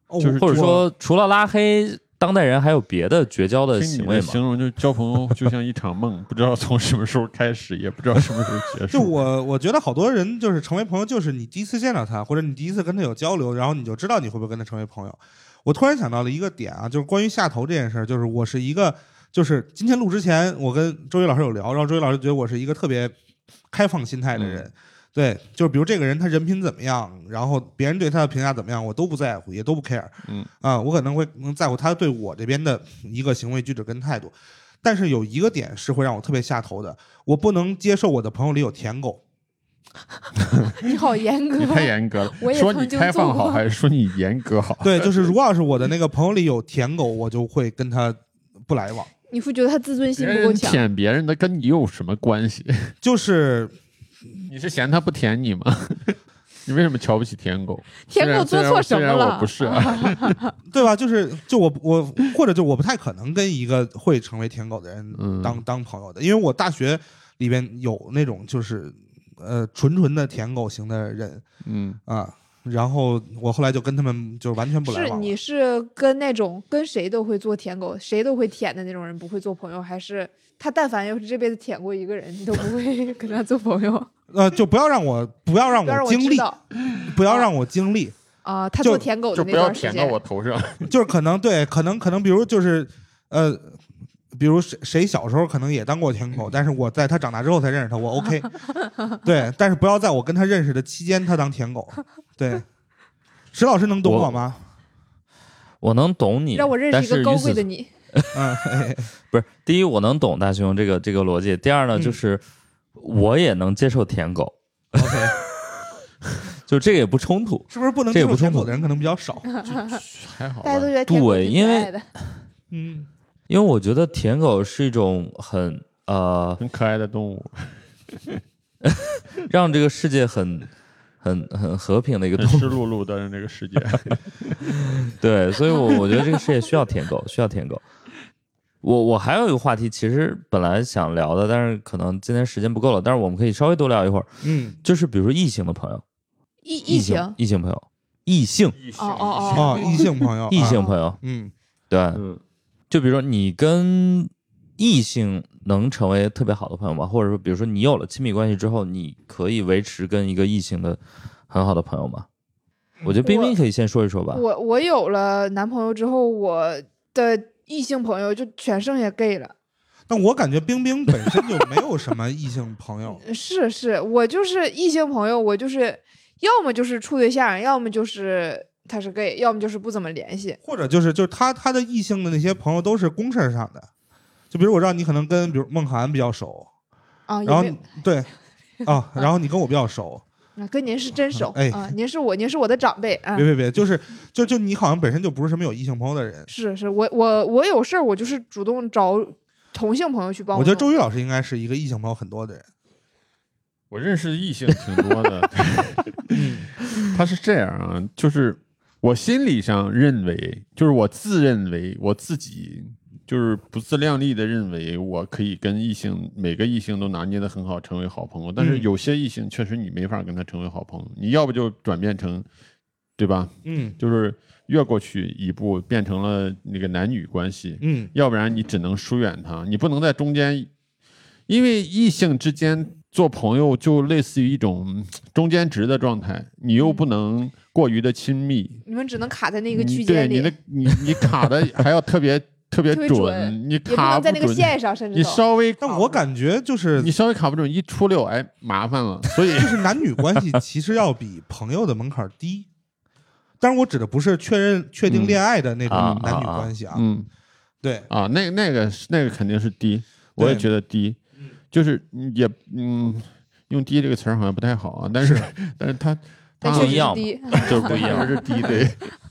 Speaker 2: 哦
Speaker 3: 就是
Speaker 5: 或者说除了拉黑，当代人还有别的绝交的
Speaker 3: 听你
Speaker 5: 行为
Speaker 3: 的
Speaker 5: 吗？
Speaker 3: 形容，就交朋友就像一场梦，不知道从什么时候开始，也不知道什么时候结
Speaker 2: 就
Speaker 3: 束。
Speaker 2: 我，我觉得好多人就是成为朋友，就是你第一次见到他，或者你第一次跟他有交流，然后你就知道你会不会跟他成为朋友。我突然想到了一个点啊，就是关于下头这件事儿，就是我是一个，就是今天录之前，我跟周瑜老师有聊，然后周瑜老师觉得我是一个特别开放心态的人。对，就是比如这个人他人品怎么样，然后别人对他的评价怎么样，我都不在乎，也都不 care。
Speaker 3: 嗯
Speaker 2: 啊，我可能会能在乎他对我这边的一个行为举止跟态度，但是有一个点是会让我特别下头的，我不能接受我的朋友里有舔狗。
Speaker 4: 你好严格，
Speaker 3: 你太严格了
Speaker 4: 我，也
Speaker 3: 说你
Speaker 4: 曾经
Speaker 3: 开
Speaker 4: 做
Speaker 3: 放好
Speaker 4: 过
Speaker 3: 还是说你严格好？
Speaker 2: 对，就是如果要是我的那个朋友里有舔狗，我就会跟他不来往。
Speaker 4: 你会觉得他自尊心
Speaker 3: 别
Speaker 4: 不够
Speaker 3: 人
Speaker 4: 强。
Speaker 3: 舔别人的跟你有什么关系？
Speaker 2: 就是
Speaker 3: 你是嫌他不舔你吗？ 你为什么瞧不起舔狗？
Speaker 4: 舔狗
Speaker 3: 虽
Speaker 4: 做
Speaker 3: 然
Speaker 4: 错什
Speaker 3: 虽
Speaker 4: 么
Speaker 3: 然虽然我
Speaker 4: 了
Speaker 3: 不？是啊，
Speaker 2: 对吧？就是就我我或者就我不太可能跟一个会成为舔狗的人
Speaker 3: 嗯
Speaker 2: 当当朋友的，因为我大学里边有那种就是呃纯纯的舔狗型的人
Speaker 3: 嗯，
Speaker 2: 啊。然后我后来就跟他们就完全不来
Speaker 4: 是
Speaker 2: 往了。
Speaker 4: 你是跟那种跟谁都会做舔狗，谁都会舔的那种人不会做朋友，还是他但凡要是这辈子舔过一个人，你都不会 跟他做朋友？
Speaker 2: 呃，就不要让我不要让
Speaker 4: 不要让
Speaker 2: 我
Speaker 4: 我
Speaker 2: 经
Speaker 4: 知
Speaker 2: 历，
Speaker 4: 道哦
Speaker 2: 不要让我经历，
Speaker 4: 啊、他
Speaker 2: 就
Speaker 4: 做舔狗的
Speaker 3: 就
Speaker 4: 那
Speaker 3: 不要
Speaker 4: 段时
Speaker 3: 舔到我
Speaker 4: 间，
Speaker 3: 头上。
Speaker 2: 就是可能对，可能可能，比如就是，呃，比如谁谁小时候可能也当过舔狗，但是我在他长大之后才认识他，我 OK，对，但是不要在我跟他认识的期间他当舔狗，对。石老师能懂
Speaker 5: 我
Speaker 2: 我吗？
Speaker 5: 我能懂你，
Speaker 4: 让我认识
Speaker 5: 但
Speaker 4: 一个
Speaker 5: 是
Speaker 4: 高
Speaker 5: 与
Speaker 4: 贵
Speaker 5: 此
Speaker 4: 的你。
Speaker 2: 嗯，嘿嘿
Speaker 5: 不是第一，我能懂大熊这个这个逻辑。第二呢，
Speaker 2: 嗯
Speaker 5: 就是我也能接受舔狗，
Speaker 2: ，OK，
Speaker 5: 就这个也不冲突。
Speaker 2: 是不是不能
Speaker 5: 这
Speaker 2: 接
Speaker 5: 也
Speaker 2: 受
Speaker 5: 不
Speaker 2: 舔
Speaker 5: 冲
Speaker 2: 狗的人可能比较少？
Speaker 3: 还好吧
Speaker 4: 大家都觉得舔狗
Speaker 5: 对
Speaker 4: 挺
Speaker 5: 因
Speaker 4: 可
Speaker 5: 为
Speaker 4: 爱的，
Speaker 2: 嗯，
Speaker 5: 因为我觉得舔狗是一种很呃，
Speaker 3: 很可爱的动物，
Speaker 5: 让这个世界很很很和平的一个
Speaker 3: 很
Speaker 5: 东
Speaker 3: 湿
Speaker 5: 西。
Speaker 3: 漉漉的这个世界。
Speaker 5: 对，所以我我觉得这个世界需要舔狗，需要舔狗。我我还有一个话题，其实本来想聊的，但是可能今天时间不够了，但是我们可以稍微多聊一会儿。
Speaker 2: 嗯，
Speaker 5: 就是比如说异性的朋友，
Speaker 4: 异
Speaker 5: 异
Speaker 4: 异情，
Speaker 5: 异性朋友，异性
Speaker 4: 哦哦
Speaker 2: 哦，异性朋友，
Speaker 5: 异性
Speaker 2: 啊，
Speaker 5: 朋友，
Speaker 2: 嗯，
Speaker 5: 对，
Speaker 3: 嗯，
Speaker 5: 就比如说你跟异性能成为特别好的朋友吗？或者说，比如说你有了亲密关系之后，你可以维持跟一个异性的很好的朋友吗？我觉得冰冰可以先说一说吧。
Speaker 4: 我我有了男朋友之后，我的异性朋友就全剩下 gay 了。
Speaker 2: 但我感觉冰冰本身就没有什么异性朋友，
Speaker 4: 是是，我就是异性朋友，我就是要么就是处对象，要么就是他是 gay，要么就是不怎么联系。
Speaker 2: 或者就是就是他他的异性的那些朋友都是公事儿上的，就比如我让你可能跟比如孟涵比较熟，
Speaker 4: 啊，
Speaker 2: 然
Speaker 4: 也
Speaker 2: 后
Speaker 4: 没
Speaker 2: 你对啊，然后你跟我比较 熟，
Speaker 4: 有啊跟您是真熟、
Speaker 2: 哎
Speaker 4: 啊，您是我，您是我的长辈啊
Speaker 2: 别。别别，就是就就你好像本身就不是什么有异性朋友的人。
Speaker 4: 是是，我我我有事儿，我就是主动找同性朋友去帮
Speaker 2: 我觉得
Speaker 4: 弄
Speaker 2: 周瑜老师应该是一个异性朋友很多的人，
Speaker 3: 我认识异性挺多的。 他是这样啊，就是我心理上认为，就是我自认为我自己就是不自量力的认为，我可以跟异性每个异性都拿捏的很好，成为好朋友。但是
Speaker 2: 嗯
Speaker 3: 有些异性确实你没法跟他成为好朋友，你要不就转变成，对吧？
Speaker 2: 嗯
Speaker 3: 就是越过去一步，变成了那个男女关系。
Speaker 2: 嗯
Speaker 3: 要不然你只能疏远他，你不能在中间，因为异性之间做朋友就类似于一种嗯中间值的状态，你又不能过于的亲密，
Speaker 4: 你们只能卡在那
Speaker 3: 你
Speaker 2: 嗯
Speaker 4: 个区
Speaker 3: 对
Speaker 4: 间里，
Speaker 3: 你的你你卡的还要特 别特别
Speaker 4: 特别
Speaker 3: 准，
Speaker 4: 准
Speaker 3: 你
Speaker 4: 也不
Speaker 3: 卡
Speaker 4: 能
Speaker 3: 不
Speaker 4: 在那个
Speaker 3: 准，
Speaker 4: 线上，甚至
Speaker 3: 你
Speaker 4: 都
Speaker 3: 稍微
Speaker 2: 但我感觉就是
Speaker 3: 你稍微卡不准，一出溜哎麻烦了，所以
Speaker 2: 就是男女关系其实要比朋友的门槛儿低，当然我指的不是确认确定
Speaker 3: 嗯
Speaker 2: 恋爱的那种
Speaker 5: 啊
Speaker 2: 男女
Speaker 5: 啊啊
Speaker 2: 关系啊，
Speaker 3: 嗯
Speaker 2: 对，
Speaker 3: 啊那那个是那个肯定是低，我也
Speaker 2: 对嗯
Speaker 3: 觉得低，就是也嗯用低这个词儿好像不太好啊，但是但是他。
Speaker 4: 但
Speaker 3: 他
Speaker 4: 确
Speaker 5: 不
Speaker 4: 实
Speaker 5: 一
Speaker 4: 是
Speaker 5: 样
Speaker 4: 低。
Speaker 3: 就是不一样，是敌对。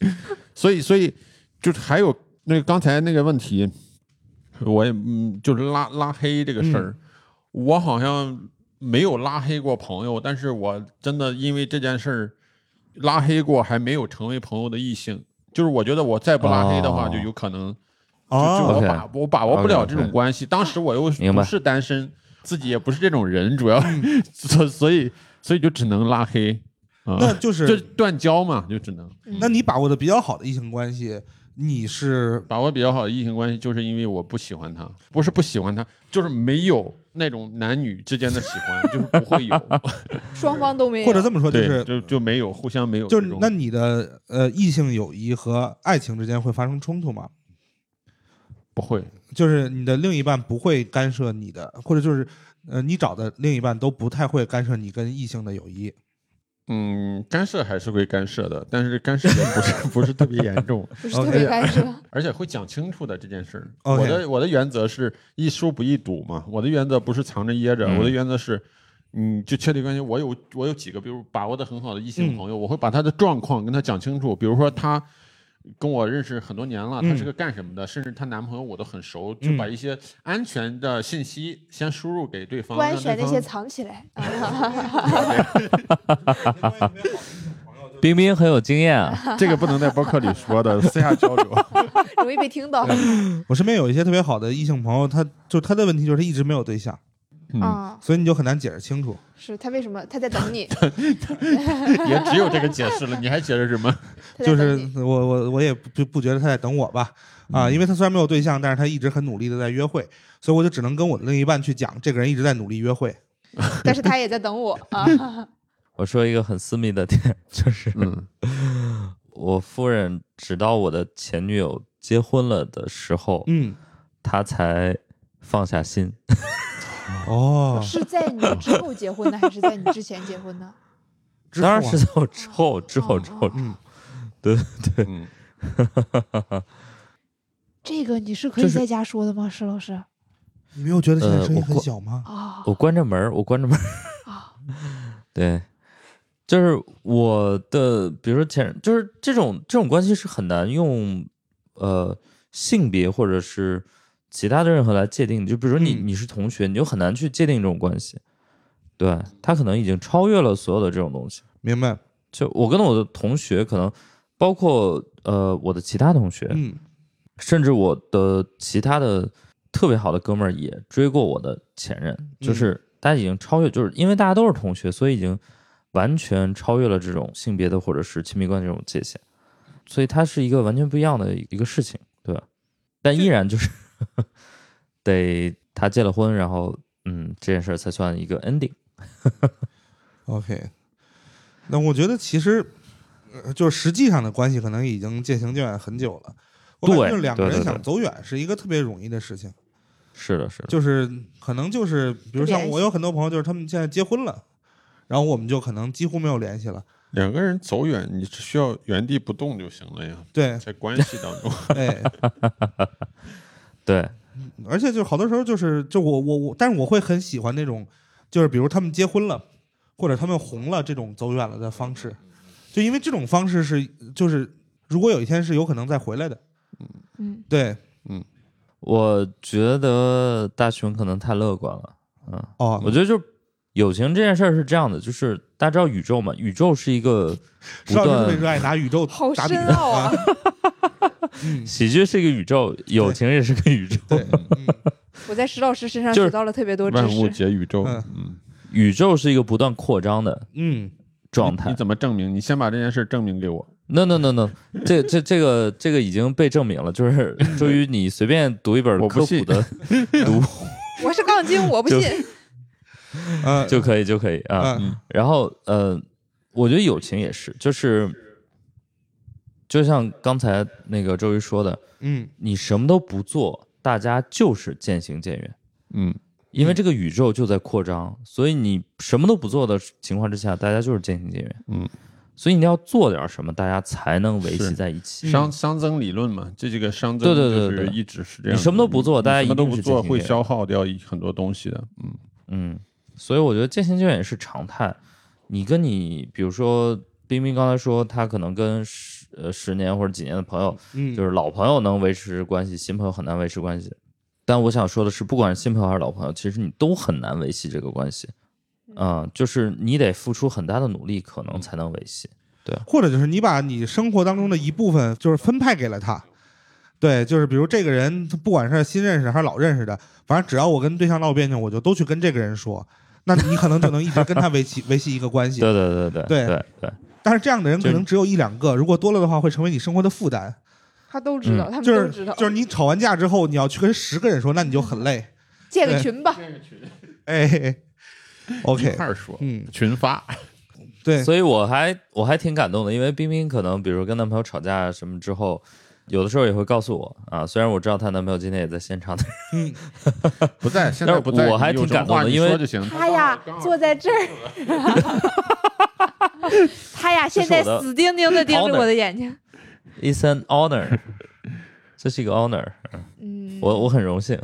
Speaker 3: 所以，所以就是还有那个刚才那个问题，我也嗯，就是拉拉黑这个事
Speaker 5: 嗯
Speaker 3: 儿，我好像没有拉黑过朋友，但是我真的因为这件事儿拉黑过还没有成为朋友的异性。就是我觉得我再不拉黑的话，
Speaker 5: 哦
Speaker 3: 就有可能就
Speaker 2: 哦
Speaker 3: 我
Speaker 5: OK
Speaker 3: 把我把握不了这种
Speaker 5: OK，OK
Speaker 3: 关系。当时我又
Speaker 5: 明白
Speaker 3: 不
Speaker 5: 嗯
Speaker 3: 是单身，自己也不是这种人，主要 所所以所以就只能拉黑。啊
Speaker 2: 那就是
Speaker 3: 就断交嘛，就只能
Speaker 2: 那你把握的比较好的异性关系，你是
Speaker 3: 把握比较好的异性关系，就是因为我不喜欢他，不是不喜欢他，就是没有那种男女之间的喜 欢，就是不会有，
Speaker 4: 双方都没有，
Speaker 2: 或者这么说就
Speaker 3: 对，
Speaker 2: 是
Speaker 3: 就就没有互相没有
Speaker 2: 就
Speaker 3: 这
Speaker 2: 是
Speaker 3: 种，
Speaker 2: 那你的呃异性友谊和爱情之间会发生冲突吗？
Speaker 3: 不会，
Speaker 2: 就是你的另一半不会干涉你的，或者就是呃你找的另一半都不太会干涉你跟异性的友谊。
Speaker 3: 嗯，干涉还是会干涉的，但是干涉的不是 不是特别严重，
Speaker 4: 不是特别
Speaker 2: OK
Speaker 4: 干 涉。
Speaker 3: 而且会讲清楚的这件事儿。
Speaker 2: OK
Speaker 3: 我的我的原则是一输不一赌嘛，我的原则不是藏着掖着，
Speaker 5: 嗯
Speaker 3: 我的原则是。嗯，就确定关系，我有我有几个，比如把握的很好的异性
Speaker 2: 嗯
Speaker 3: 朋友，我会把他的状况跟他讲清楚。比如说他跟我认识很多年了，
Speaker 2: 嗯
Speaker 3: 他是个干什么的，甚至她男朋友我都很熟，
Speaker 2: 嗯
Speaker 3: 就把一些安全的信息先输入给对方，
Speaker 4: 不安
Speaker 3: 让
Speaker 4: 全
Speaker 3: 对
Speaker 4: 那
Speaker 3: 方
Speaker 5: 嗯
Speaker 4: 些藏起来啊！
Speaker 5: 冰冰很有经验啊，
Speaker 3: 这个不能在博客里说的，私下交 流。
Speaker 4: 容易被听到。
Speaker 2: 嗯我身边有一些特别好的异性朋友，他就他的问题就是他一直没有对象，
Speaker 3: 嗯，
Speaker 4: 啊、
Speaker 2: 所以你就很难解释清楚。
Speaker 4: 是他为什么他 在等你，
Speaker 3: 也只有这个解释了，你还解释什么？
Speaker 4: 他在
Speaker 2: 就
Speaker 4: 等
Speaker 2: 是
Speaker 4: 你
Speaker 2: 我我我也不不不觉得他在等我吧，啊，因为他虽然没有对象，但是他一直很努力的在约会，所以我就只能跟我的另一半去讲，这个人一直在努力约会。
Speaker 4: 但是他也在等我啊，
Speaker 5: 我说一个很私密的点，就是
Speaker 3: 嗯
Speaker 5: 我夫人直到我的前女友结婚了的时候，
Speaker 2: 嗯，
Speaker 5: 她才放下心。
Speaker 2: 哦，
Speaker 4: 是在你之后结婚呢，还是在你之前结婚呢？
Speaker 2: 之
Speaker 5: 当然
Speaker 2: 后啊
Speaker 5: 是在我之后， 之后，
Speaker 4: 哦
Speaker 5: 之后，
Speaker 2: 嗯，
Speaker 3: 嗯，
Speaker 4: 这个你是可
Speaker 5: 就
Speaker 4: 以
Speaker 5: 是
Speaker 4: 在家说的吗，石老师？
Speaker 2: 你没有觉得现在
Speaker 5: 呃
Speaker 2: 声音
Speaker 5: 我
Speaker 2: 很
Speaker 5: 过
Speaker 2: 小吗？
Speaker 4: 啊
Speaker 5: 我关着门儿，我关着门儿。
Speaker 2: 哦
Speaker 4: 啊，
Speaker 5: 对，就是我的，比如说前，就是这种这种关系是很难用呃性别或者是其他的任何来界定的。就比如说你、
Speaker 2: 嗯
Speaker 5: 你是同学，你就很难去界定这种关系。对他可能已经超越了所有的这种东西。
Speaker 2: 明白，
Speaker 5: 就我跟我的同学，可能包括呃我的其他同学，
Speaker 2: 嗯，
Speaker 5: 甚至我的其他的特别好的哥们儿也追过我的前任，就是大家已经超越，就是因为大家都是同学，所以已经完全超越了这种性别的或者是亲密关系这种界限，所以它是一个完全不一样的一个事情，对吧？但依然就是得他结了婚，然后嗯，这件事儿才算一个 ending。
Speaker 2: OK，那我觉得其实，呃就是实际上的关系可能已经渐行渐远很久了。我感觉
Speaker 5: 对
Speaker 2: 就是两个
Speaker 5: 对对
Speaker 2: 人
Speaker 5: 对
Speaker 2: 想走远是一个特别容易的事情，
Speaker 5: 是的，是的，
Speaker 2: 就是可能就是比如
Speaker 4: 不联
Speaker 2: 像
Speaker 4: 系
Speaker 2: 我有很多朋友，就是他们现在结婚了，然后我们就可能几乎没有联系了。
Speaker 3: 两个人走远，你只需要原地不动就行了 呀，
Speaker 2: 对，
Speaker 3: 在关系当 中，
Speaker 2: 哎，
Speaker 5: 对，
Speaker 2: 而且就好多时候就是就我我我，但是我会很喜欢那种，就是比如他们结婚了，或者他们红了这种走远了的方式，就因为这种方式是就是如果有一天是有可能再回来的，
Speaker 4: 嗯，
Speaker 2: 对，
Speaker 5: 我觉得大熊可能太乐观了，嗯。
Speaker 2: 哦，
Speaker 5: 我觉得就是友情这件事儿是这样的，就是大家知道宇宙嘛，宇宙是一个不
Speaker 2: 邵老师特别
Speaker 5: 断
Speaker 2: 热爱拿宇宙
Speaker 4: 好
Speaker 2: 打比
Speaker 4: 深
Speaker 2: 方
Speaker 4: 奥啊，
Speaker 5: 喜剧是一个宇宙，友情也是个宇 宙，
Speaker 2: 对，嗯
Speaker 4: 我在石老师身上
Speaker 5: 就是
Speaker 4: 学到了特别多知
Speaker 3: 万物
Speaker 4: 识。
Speaker 3: 皆宇宙。
Speaker 2: 嗯
Speaker 3: 嗯，
Speaker 5: 宇宙是一个不断扩张的
Speaker 2: 嗯，
Speaker 5: 状
Speaker 3: 你
Speaker 5: 态。
Speaker 3: 怎么证明？你先把这件事证明给我。
Speaker 5: No No No No，这这这个这个已经被证明 了，就是周瑜，你随便读一本
Speaker 3: 我不
Speaker 5: 科
Speaker 3: 信
Speaker 5: 普的读
Speaker 4: 我是杠精，我不
Speaker 5: 就
Speaker 4: 信。
Speaker 2: 呃，
Speaker 5: 就可以就可以啊。
Speaker 2: 呃
Speaker 3: 嗯
Speaker 5: 然后呃，我觉得友情也是，就是就像刚才那个周瑜说的，
Speaker 2: 嗯，
Speaker 5: 你什么都不做，大家就是渐行渐远。
Speaker 3: 嗯，
Speaker 5: 因为这个宇宙就在扩张，所以你什么都不做的情况之下，大家就是渐行渐远。
Speaker 3: 嗯，
Speaker 5: 所以你要做点什么，大家才能维系
Speaker 3: 是
Speaker 5: 在一
Speaker 2: 嗯
Speaker 5: 起。
Speaker 3: 熵熵增理论嘛，这这个熵增
Speaker 5: 对对对
Speaker 3: 就
Speaker 5: 对
Speaker 3: 是
Speaker 5: 对
Speaker 3: 一直是这样的。
Speaker 5: 你什么都不做大家
Speaker 3: 你什么都
Speaker 5: 一定
Speaker 3: 不
Speaker 5: 是
Speaker 3: 做
Speaker 5: 渐行
Speaker 3: 会
Speaker 5: 渐远
Speaker 3: 消耗掉一很多东西的。嗯，
Speaker 5: 嗯，所以我觉得渐行渐远是常态。你跟你，比如说冰冰刚才说，她可能跟十呃十年或者几年的朋友，
Speaker 2: 嗯
Speaker 5: 就是老朋友能维持关系，新朋友很难维持关系。但我想说的是，不管是新朋友还是老朋友，其实你都很难维系这个关系。啊、就是你得付出很大的努力，可能才能维系。
Speaker 2: 或者就是你把你生活当中的一部分，就是分派给了他。对，就是比如这个人，他不管是新认识还是老认识的，反正只要我跟对象闹别扭，我就都去跟这个人说，那你可能就能一直跟他维系 维系一个关系。
Speaker 5: 对对对对
Speaker 2: 对
Speaker 5: 对对，
Speaker 2: 但是这样的人可
Speaker 5: 就
Speaker 2: 能只有一两个，如果多了的话，会成为你生活的负担。
Speaker 4: 他都知道，
Speaker 5: 嗯
Speaker 4: 他们
Speaker 2: 就
Speaker 4: 都
Speaker 2: 是
Speaker 4: 知道。
Speaker 2: 就是你吵完架之后，你要去跟十个人说，那你就很累。
Speaker 4: 建个
Speaker 2: 对
Speaker 4: 群吧，
Speaker 2: 哎
Speaker 3: 一
Speaker 2: ，OK，
Speaker 3: 块儿说，
Speaker 2: 嗯，
Speaker 3: 群发。
Speaker 2: 对，
Speaker 5: 所以我还我还挺感动的，因为冰冰可能比如跟男朋友吵架什么之后，有的时候也会告诉我啊，虽然我知道她男朋友今天也在现场，
Speaker 3: 不在，现在
Speaker 5: 但是
Speaker 3: 不在。
Speaker 5: 我还
Speaker 3: 你有什
Speaker 5: 挺
Speaker 3: 么
Speaker 5: 感动
Speaker 3: 话
Speaker 5: 的
Speaker 3: 你
Speaker 5: 因为
Speaker 3: 说就行。
Speaker 4: 他呀坐在这儿， 他呀
Speaker 5: 这
Speaker 4: 现
Speaker 5: 是
Speaker 4: 在
Speaker 5: 我的
Speaker 4: 死盯盯的盯着
Speaker 5: honor
Speaker 4: 我的眼睛。
Speaker 5: ，It's an honor，这是一个 honor，
Speaker 4: 嗯，
Speaker 5: 我我很荣幸。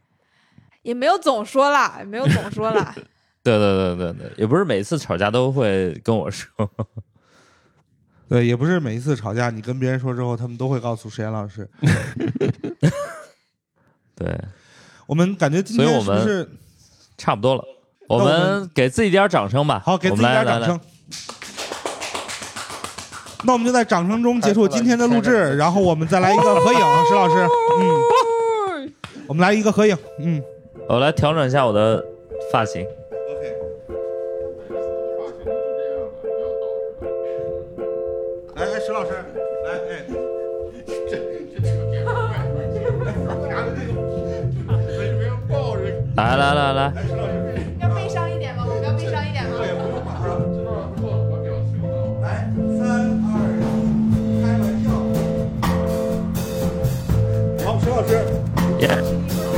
Speaker 4: 也没有总说啦，也没有总说 啦。
Speaker 5: 对对对对对，也不是每次吵架都会跟我说，
Speaker 2: 对，也不是每一次吵架，你跟别人说之后，他们都会告诉实验老师。
Speaker 5: 对，
Speaker 2: 我们感觉今
Speaker 5: 所以
Speaker 2: 天
Speaker 5: 我
Speaker 2: 是不
Speaker 5: 们
Speaker 2: 是
Speaker 5: 差不多了。我
Speaker 2: 那我
Speaker 5: 们
Speaker 2: 们
Speaker 5: 给自己点儿掌声吧，
Speaker 2: 好，给
Speaker 5: 我
Speaker 2: 自己
Speaker 5: 们来
Speaker 2: 点掌。
Speaker 5: 来
Speaker 2: 声。那我们就在掌声中结束今天的录制，然后我们再来一个合影，石老师，嗯，我们来一个合影，嗯，
Speaker 5: 来我来调整一下我的发型。
Speaker 2: 来，哎，石老师，来，哎，
Speaker 5: 来来来来，
Speaker 4: 要悲伤一点吗？我们要悲伤一点吗？
Speaker 2: 来，三二一，开玩笑。好，石老师，
Speaker 5: 耶、